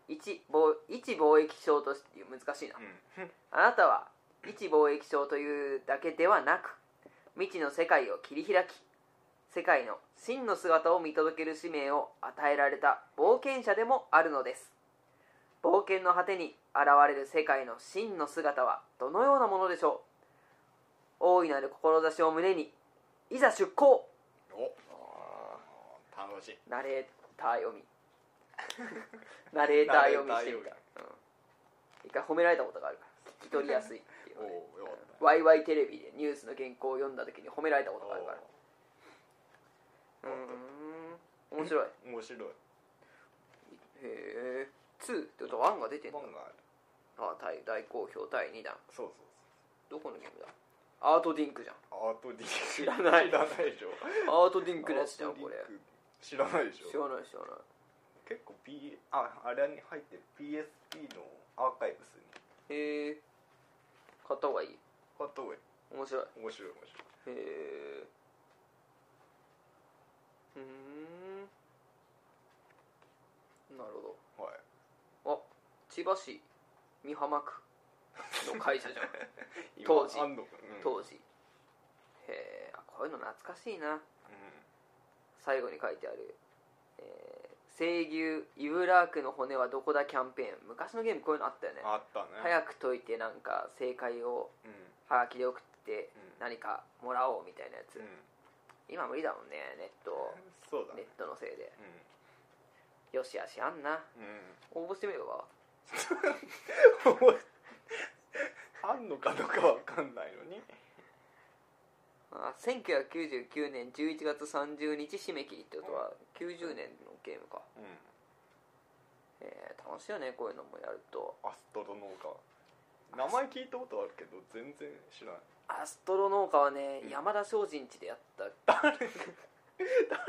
一貿一貿易商として難しいな
うん
あなたは一貿易商というだけではなく未知の世界を切り開き世界の真の姿を見届ける使命を与えられた冒険者でもあるのです冒険の果てに現れる世界の真の姿はどのようなものでしょう大いなる志を胸にいざ出航
お楽しい
ナレーター読 みナレーター読みしてみた、うん、一回褒められたことがあるから聞き取りやすいっていうので
おうよかった
ワイワイテレビでニュースの原稿を読んだ時に褒められたことがあるから
おう
うーん面白いへ
面白い
え2ってことは1が出てんだ
本がある
あ大大好評第2弾
そうそう
どこのゲームだアートディンクじゃん
そうアートディンク知
らない
知らないでしょ
アートディンクのやつじゃん
アートディ
こ
ン
れ
ク知らないでし
知
ょ
らない知らない
結構 P ああれに入ってる PSP のアーカイブスに
へえ買った方がいい
あった方がいい
面白い
面白い面
へえふーんなるほ
白いはい
どあ千葉市美浜区の会社じゃん
今
当時
あんのかうん
当時、へえあこういうの懐かしいな
う
最後に書いてある、えー、清牛イブラークの骨はどこだキャンペーン昔のゲームこういうのあったよね
んあったね
早く解いてなんか正解を
うん
ハガキで送って
うん
何かもらおうみたいなやつ、
うん
今無理だもんねネット
そうだ
ネッ
ね
トのせいでよしあしあんな
うんうん
応募してみれば
あんのかどうかわかんないのに
あ1999年11月30日締め切りってことは90年のゲームか、
うん
えー楽しいよねこういうのもやると
アストロノーカ名前聞いたことあるけど全然知らない
アストロ農家はね、
うん
山田精進地でやった
誰
精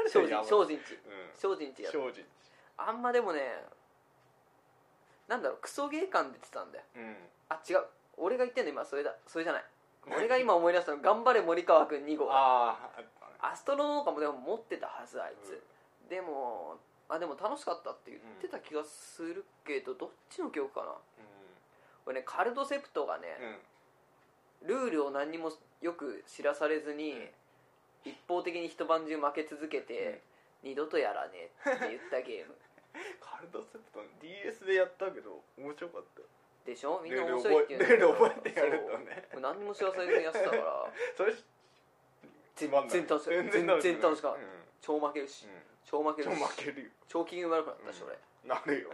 進
やばい
精進地
うん
精進地やっ
庄司
たあんまでもねなんだろうクソゲー感出てたんだよ
うん
あ違う俺が言ってんの今それだそれじゃない俺が今思い出したの頑張れ森川君2号
あああったね
アストロノーカもでも持ってたはずあいつ、でもあでも楽しかったって言ってた気がするけど、どっちの記憶かな俺ねカルドセプトがね、
うんうん
ルールを何にもよく知らされずに、一方的に一晩中負け続けて、二度とやらねえって言ったゲーム
カルドセプトの DS でやったけど面白かったよ
でし ょみんな
ルール
面白いって言うんだ
ルール覚えてやるとね
そう俺何にも知らされずにやってたから
それ
全
つまんない
然楽しかった全然楽しかった
うん
超負けるし超負ける
うん
し
ちょ負けるよ
超機嫌悪くなったし俺、
なるよ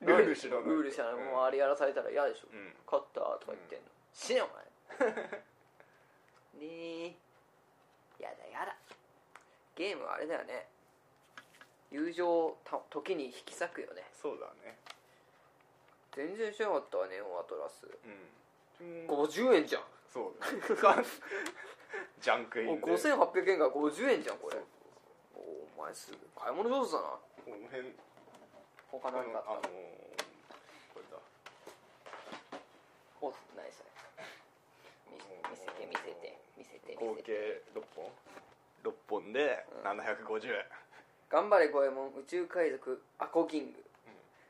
ルール知らな い
ルール知らないもうあれやらされたら嫌でしょ、
うん
勝ったとか言ってんの、死ねお 前ねえやだやだゲームはあれだよね友情をた時に引き裂くよね
そうだね
全然しなかったわねオアトラス
うん
50円じゃん
そうだね ジャンクイ
もう
ンで
5800円から50円じゃんこれ
そう
おお前すぐ買い物上手だな
この辺
他
あの
何かあ
あ
っ
の
た
これだ
お何それ見せ見せて見せて見せて見
合
せて
計6本6本で
うん
750円
頑張れゴエモン宇宙海賊アコギング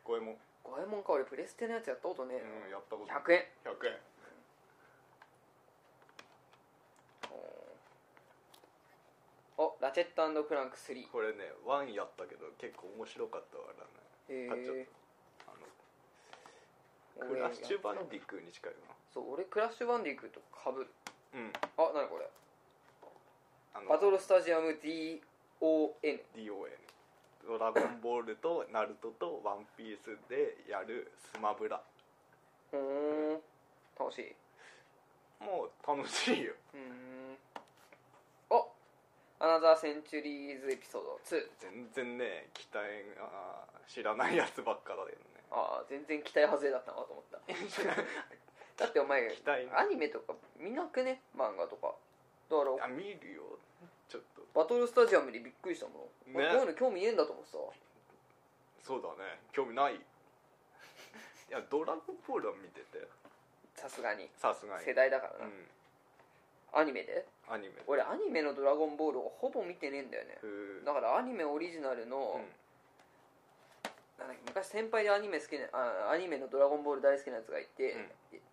これも
五右衛門か俺プレステのやつやったことねえ
うんやったこと
な、100円
100円
おラチェットクランク3
これねワンやったけど結構面白かったからね
へ
買っちゃっ
え
たあのクラッシュバンディクーに近い
そう俺クラッシュバンディクーとかぶる
なうん
あなにこれ
あの
バトルスタジアム DON
DON ドラゴンボールとナルトとワンピースでやるスマブラ
ふーん楽しい
もう楽しいよ
うーんおアナザーセンチュリーズエピソード2
全然ね期待が知らないやつばっかだよね
ああ全然期待外れだったなと思っ ただってお前
期待
アニメとか見なくね漫画とかだから
あ見るよちょっと
バトルスタジアムにびっくりしたもん、
ね
俺こういうの興味ねえんだと思ってさ
そうだね興味ないいやドラゴンボールは見てて
さすがに
さすがに
世代だから
う
な、
ん
アニメで
アニメ
俺アニメの「ドラゴンボール」をほぼ見てねえんだよね
うん
だからアニメオリジナルの、 なんだっけ昔先輩でアニメ好きなあアニメの「ドラゴンボール」大好きなやつがいて、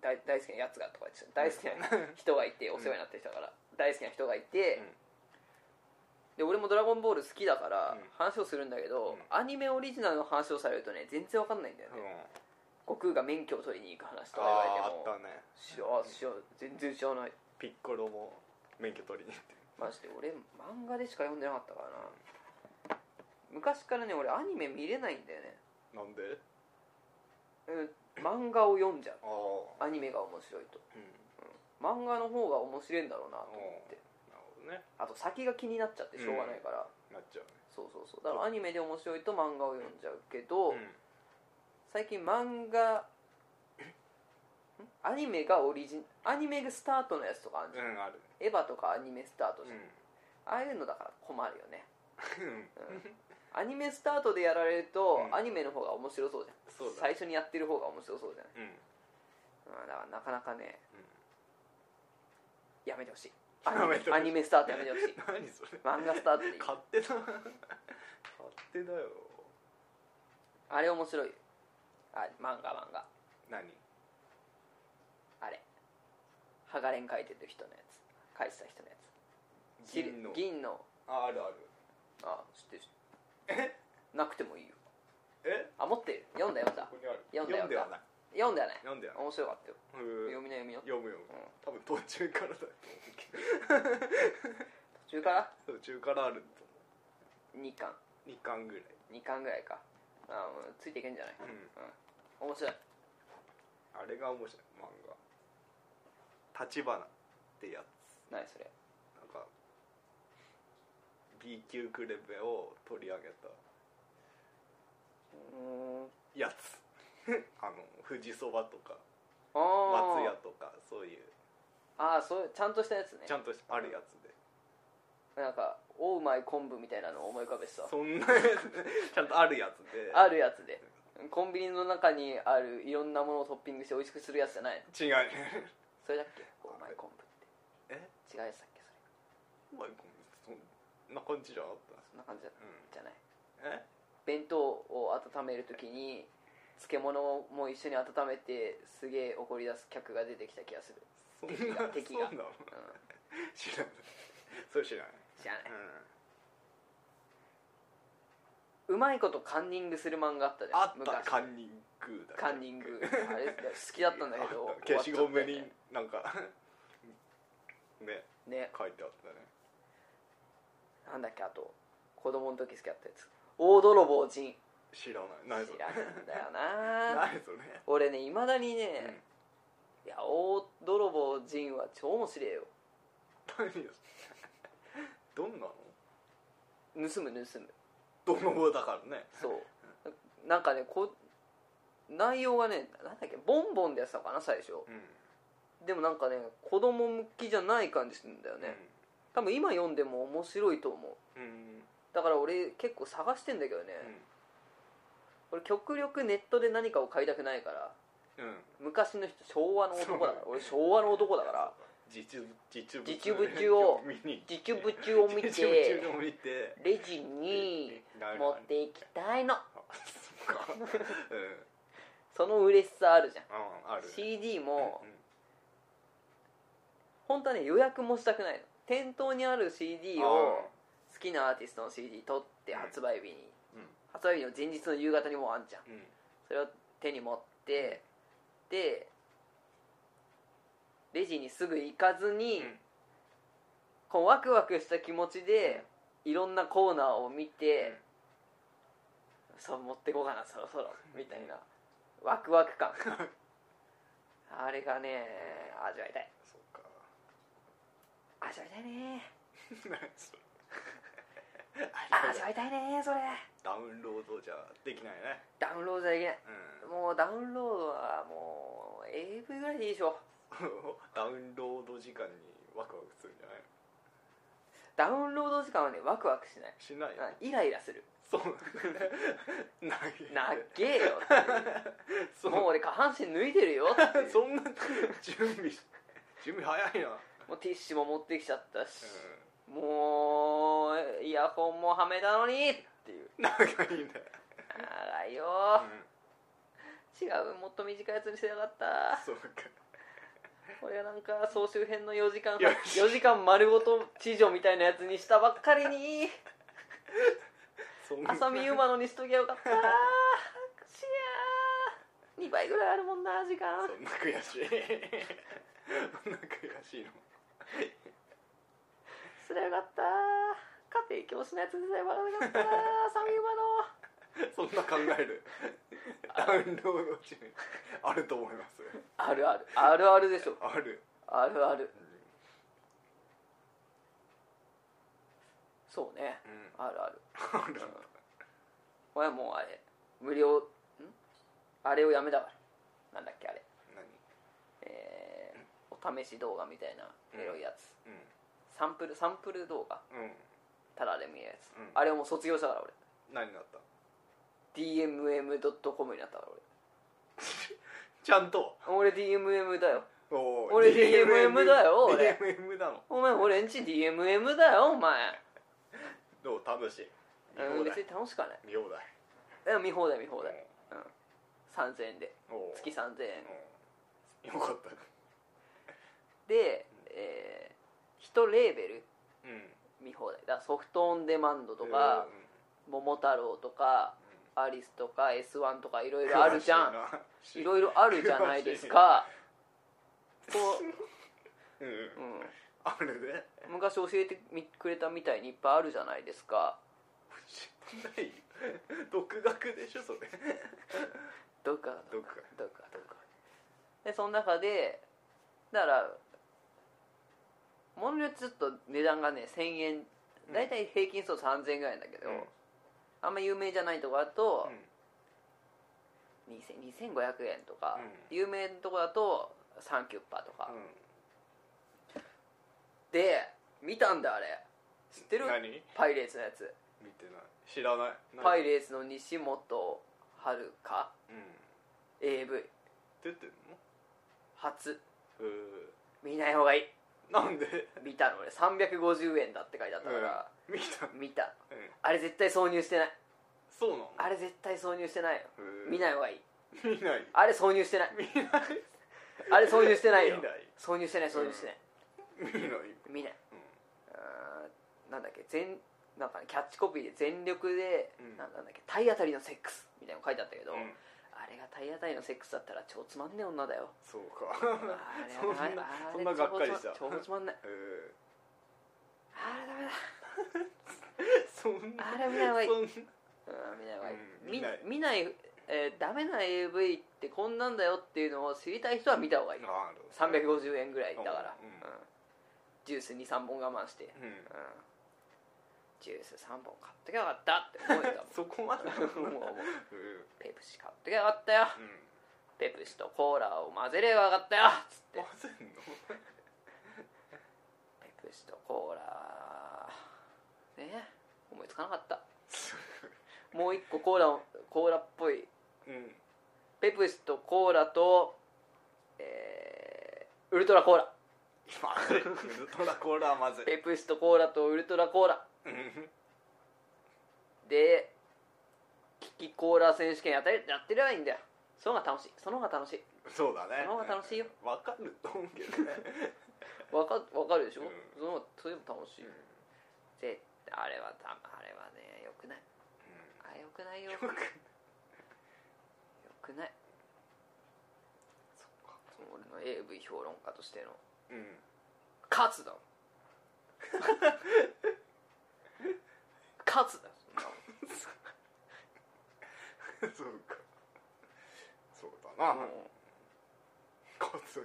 大大好きなやつがとか言ってた大好きな人がいて、お世話になってる人だから大好きな人がいて、
うん
で俺も「ドラゴンボール」好きだから
うん
話をするんだけど、
うん
アニメオリジナルの話をされるとね全然わかんないんだよ
う
ね、
ん
悟空が免許を取りに行く話とか
あ
言われて
ああ
も
ったね
しあしあ全然知らない
ピッコロも免許取りに行って
マジで俺漫画でしか読んでなかったからな昔からね俺アニメ見れないんだよね
なんで
うん漫画を読んじゃう
ああ
アニメが面白いと
うん
漫画の方が面白いんだろうなと思って
なるほどね
あと先が気になっちゃってしょうがないから、
なっちゃうね
そうそうそうだからアニメで面白いと漫画を読んじゃうけど、
うん
最近漫画アニメがオリジンアニメがスタートのやつとかあるじゃん、
うんある
エヴァとかアニメスタート
う
じゃん、
ん
ああいうのだから困るよね
うん
アニメスタートでやられると、
うん
アニメの方が面白そうじゃん
そうだ
最初にやってる方が面白そうじゃない、
う
うん、
ん
だからなかなかねやめてほしいア
や
ニ
めて
メ
ほし
ア
い
ニメスタートやめてほ しい
何それ
漫画スタートでいい
勝手だ勝手だよ
あれ面白いよあ漫画漫画
何
あれハガレン描いてる人のやつ描いてた人のやつ知る
銀の
銀の
ああるある
あ知ってる知って
え
るなくてもいいよ
え
あ持ってる読んだ読んだ
ここにある
読んだ
読んではない
読んだよね
読んではない
面白かったよ
うー
読みな読みな
読む読む多分途中からだと思うけ
途中から
ど途中からあると思
2巻
う2巻ぐらい
2巻ぐらいかあもうついていけんじゃない
うん
面白い
あれが面白い漫画「立花」ってやつ
何それ
なんか B 級クレベを取り上げた
うーん
やつ あの富士そばとか松屋
あ
とかそういう
ああーそうちゃんとしたやつね
ちゃんとあるやつで
なんかオーマイ昆布みたいなのを思い浮かべてさ
そんな やつちゃんとあるやつで
あるやつでコンビニの中にあるいろんなものをトッピングして美味しくするやつじゃないの
違うね
それだっけオーマイ昆布って
え
違うやつだっけ
お前こんそんな感じじゃなかった
それそんな感じだ
うん
じゃない
え
弁当を温めるときに漬物も一緒に温めてすげえ怒り出す客が出てきた気がする、
そん
敵
な
が敵が
そうなの
うん、
知らないそう知らない
知らないううまいことカンニングする漫画あったじ
んあ
ゃん
ったカンニングだ
カンニングあれ好きだったんだけど
あった消しゴム
終わ
に
っちゃっ
なんか ね
たよねね
書いてあったね
なんだっけあと子供の時好きだったやつ大泥棒人
知らない
知らな
何
い
それ
んだよ な
何それ
俺ねいまだに
う
ね
ん、
いや大泥棒人は超面白いよ
何それどんなの
盗む盗む
泥棒だからね
そう なんかねこう内容がねなんだっけボンボンでやってたのかな最初
うん
でもなんかね子供向きじゃない感じするんだよね、多分今読んでも面白いと思う
うんうん
だから俺結構探してんだけどね、俺極力ネットで何かを買いたくないから
うんうん
昔の人昭和の男だから俺昭和の男だから
実実
実物を
見に行って
実物を見
実
て
物を見て
レジに持っていきたいの
あそっかうん
その嬉しさあるじゃん
あある
CD も
うん
本当はね予約もしたくないの店頭にある CD を好きなアーティストの CD 取って
うん
発売日に
うん
発売日の前日の夕方にもうあんじゃん
うん
それを手に持ってでレジにすぐ行かずに、
うん
こうワクワクした気持ちで、いろんなコーナーを見て、そう持ってこうかなそろそろみたいなワクワク感あれがね味わいたい
そっか
味わいたいね
何それ
味わいたいねそれ
ダウンロードじゃできないね
ダウンロードじゃできない
うん
もうダウンロードはもう AV ぐらいでいいでしょ
ダウンロード時間にワクワクするんじゃない
ダウンロード時間はねワクワクしない
しない
なイライラする
そうな
なっげえよって
そう
もう俺下半身脱いでるよっていう
そんな準備し準備早いな、
もうティッシュも持ってきちゃったし、もうイヤホンもはめたのにっていう
うん、長いね、
長いうよ、
ん、
違うもっと短いやつにしてなかった
そうか
俺がなんか総集編の4時間
よし
4時間丸ごと地上みたいなやつにしたばっかりに
そんな
浅見馬のにしときゃよかったしやー2倍ぐらいあるもんな時間
そんな悔しいそんな悔しいの
すりゃよかった家庭教師のやつにすればよか った浅見馬の
そんな考えるダウンロード中あると思います
あるあるあるあるでしょ
ある、
あるあるそうね
うん、
あるある
ある
これはもうあれ無料んあれをやめたからなんだっけあれ
何
試し動画みたいなエロいやつ、
うん
サンプルサンプル動画
うん
ただで見えるやつ、
うん
あれをもう卒業したから俺
何になった
DMM.com になったから
ちゃんと
俺俺 DMM だよ
おー
俺 DMM だよ俺
DMM なの
お前俺んち DMM だよお前
どう楽しい見
うん
放
別
題
に楽しくはない
見放題
でも見放題見放題、うん、3000円で
おー
月3000円
うんよかった
で、え1レーベル
うん
見放題だからソフトオンデマンドとか
う
「
ん
桃太郎」とか「アリス」とか「S‐1」とかいろいろあるじゃんいろ
い
いろあるじゃないですかこ
ろ、う
う、
ん
うん、
あるね
昔教えてみくれたみたいにいっぱいあるじゃないですか
知らないよ独学でしょそれ
どっか
どっか
どっかどっかでその中でだからものによってちょっと値段がね1000円大体平均すると3000円ぐらいなんだけど、
うん
あんま有名じゃないとこだと
うん、
2000 2500円とか、
う
有名なとこだとサンキュッパーとか、
うん
で見たんだあれ知ってる
何
パイレーツのやつ
見てない知らない何
パイレーツの西本遥香
うん
AV
出てんの
初
うー
見ない方がいい
なんで
見たの俺350円だって書いてあったから、
うん見た、
見た
うん、
あれ絶対挿入してない
そうなの
あれ絶対挿入してないよ見
い
ない方がいい
見ない
あれ挿入してない
見ない
あれ挿入してないよ
見ない
挿入してない挿入してない、見
見ない
ない、うん、なんだっけ全なんかねキャッチコピーで全力で、
うん
なんなんだっけ体当たりのセックスみたいなの書いてあったけど、
うん
あれが体当たりのセックスだったら超つまんねえ女だよ
そう か
あれ
そんな
あれ
そんながっかりした
あれ超つまんない
うん
あれダメだ
そんな
あれ見ない方がいい
そんな
うん見ない方がいい
うん
見
見ない
見ない、えーダメな AV ってこんなんだよっていうのを知りたい人は見た方がいい
なるほど
350円ぐらいだから、
う
うんんジュース23本我慢して、うん、
うん
ジュース3本買っときゃよかったって思え た
そこまで
もんもうもう
うん
ペプシ買っときゃよかったよ
うん
ペプシとコーラを混ぜればよかったよつって
混ぜんの
ペプシとコーラね思いつかなかったもう一個コーラをコーラっぽい
うん
ペプシとコーラと、えー、ウルトラコーラ
今ウルトラコーラはまずい
ペプシとコーラとウルトラコーラ
うん
でキキコーラ選手権やったりやってればいいんだよその方が楽しいその方が楽しい
そうだね
その方が楽しいよ
わかると思うけどね
わかわかるでしょ、
うん
その方がそれでも楽しい、絶対あれはだあれはねよくないあれよくないよよ
よく
くないそっか俺の AV 評論家としての
うん
勝つだ 勝つだそんなもん
そうかそうだなこつ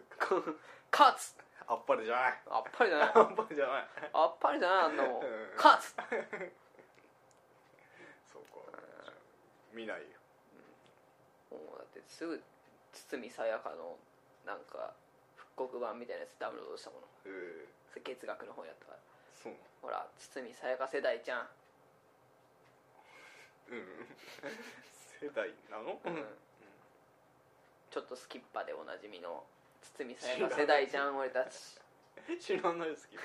勝つ
あっぱれじゃない
あっぱれじゃない
あっぱれじゃない
あっぱれじゃないあんなもん
うん
勝つ
そうか見ないよ
もうだってすぐ堤さやかのなんか復刻版みたいなやつダウンロードしたもの
うん
それ月額の方やったから
そうな
ほら堤さやか世代じゃん、
のうん世代なの
うんちょっとスキッパでおなじみの堤さやか世代じゃん俺た ち
知らないですけど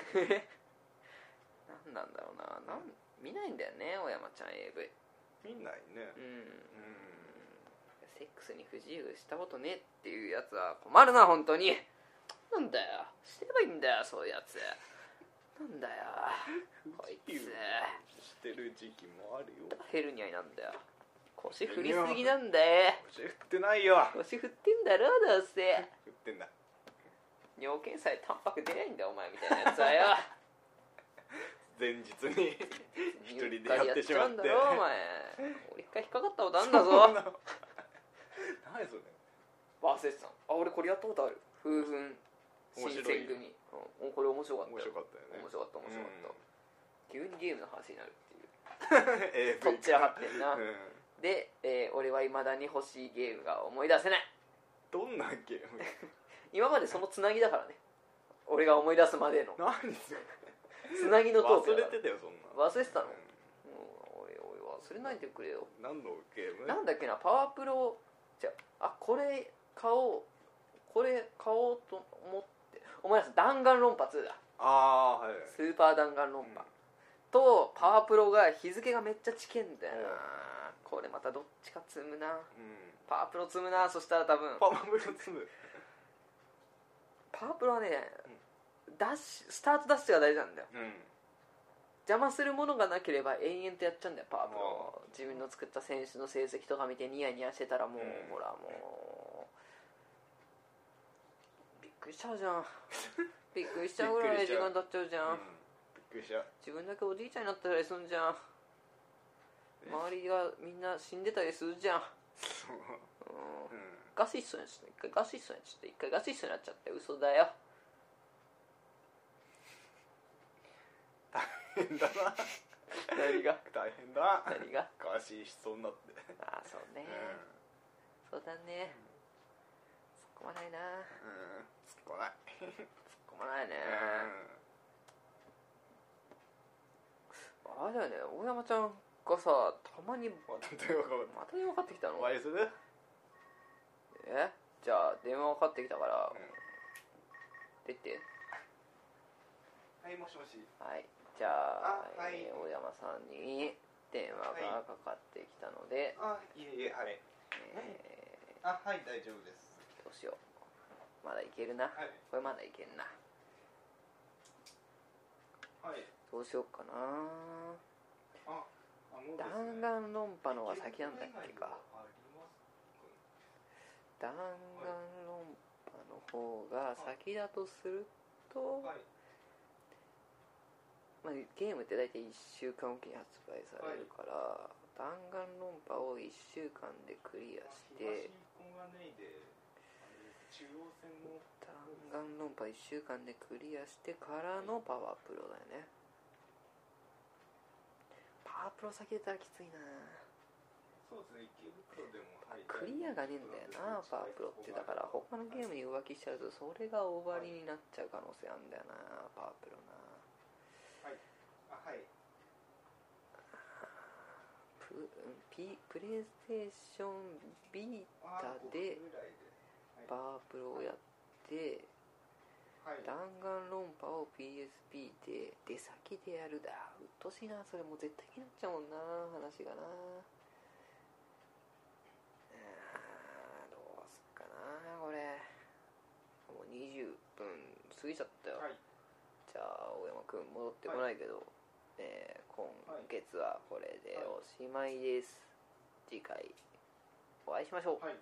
何なんだろうななん見ないんだよね小山ちゃん AV
見ないね
うん
うん
セックスに不自由したことねえっていうやつは困るな本当になんだよしてればいいんだよそういうやつなんだよこいつ
してる時期もあるよ
ヘルニアになんだよ腰振りすぎなんだよ
腰振ってないよ
腰振ってんだろどうせ
振ってんだ
尿検査でタンパク出ないんだよお前みたいなやつはよ
前日 に 一人でやってしま
うっかりやっちゃう
って
んだろお 前俺一回引っかかったことあんだぞ
な何それ
忘れてたのあ俺これやったことある夫婦新
面白い
選組、うん、これ面白かったよ
面白かったよね
面白かった面白かった、急にゲームの話になるっていう
うん AV
とっちらかってんな
うん
で、えー俺はいまだに欲しいゲームが思い出せない
どんなゲーム
今までそのつなぎだからね俺が思い出すまでの
何それ
つなぎのトーク
忘
だ
れ
から
てたよそんな
忘れてたの、うん、
う
おいおい忘れないでくれよ
ん何のゲーム
なんだっけなパワープロじゃあこれ買おうこれ買おうと思って思い出す弾丸論破2だ
ああーはい
スーパー弾丸論破、とパワープロが日付がめっちゃ近いんだよな、
うん
これまたどっちか積むな
うん
パワープロ積むなそしたら多分
パワープロ2
パワープロはね、ダッシュスタートダッシュが大事なんだよ
うん
邪魔するものがなければ延々とやっちゃうんだよパワープロ自分の作った選手の成績とか見てニヤニヤしてたらもう、
うん
ほらもうびっくりしちゃうじ ゃんびっくりしちゃうぐらい時間経っちゃうじゃん、
びっくりした
自分だけおじいちゃんになったりすんじゃん周りがみんな死んでたりするじゃん、うん、
そううん
ガシッソにして一回ガシッソにして一回ガシッソになっちゃって嘘だよ
大変だな
何が
大変だ
何 が
おかしいしそうになって
ああそうね、そうだね突っ込まないな
うんうん突っ込まない
突っ込まないね、あれだよね大山ちゃんがさたまに
うんまた電話かかって
また電話かかってきたの
お会いする
えじゃあ電話かかってきたから、
うん
出て
はいもしもし
はいじゃあ
あはい
えー大山さんに電話がかかってきたので、
あいえいえはい
え
あはい大丈夫です
ーどうしようまだいけるな、
はい
これまだいけるな
はい
どうしようかな
ああもうです
弾
ね
丸論破の方が先なんだっけか
あります
弾丸論破の方が先だとすると、
はい
まあ、ゲームって大体1週間おきに発売されるから、弾丸論破を1週間でクリアして
東日本がねいで中央線の
弾丸論破1週間でクリアしてからのパワープロだよねパワープロ避けたらきついな
そうですね池袋でも入り
ク
たい
リアがねえんだよなパワープロってだから他のゲームに浮気しちゃうとそれが終わりになっちゃう可能性あるんだよなパワープロな
あはい
プ,、うん、P プレイステーション B
あ
だで
五分ぐらいで
パワープロをやって
はい
弾丸論破を PSP で出先でやるだうっとうしいなそれもう絶対気になっちゃうもんな話がなうーんどうすっかなこれもう20分過ぎちゃったよ、
はい
じゃあ大山君戻ってこないけど、えー今月はこれでおしまいです、次回お会いしましょう、
はい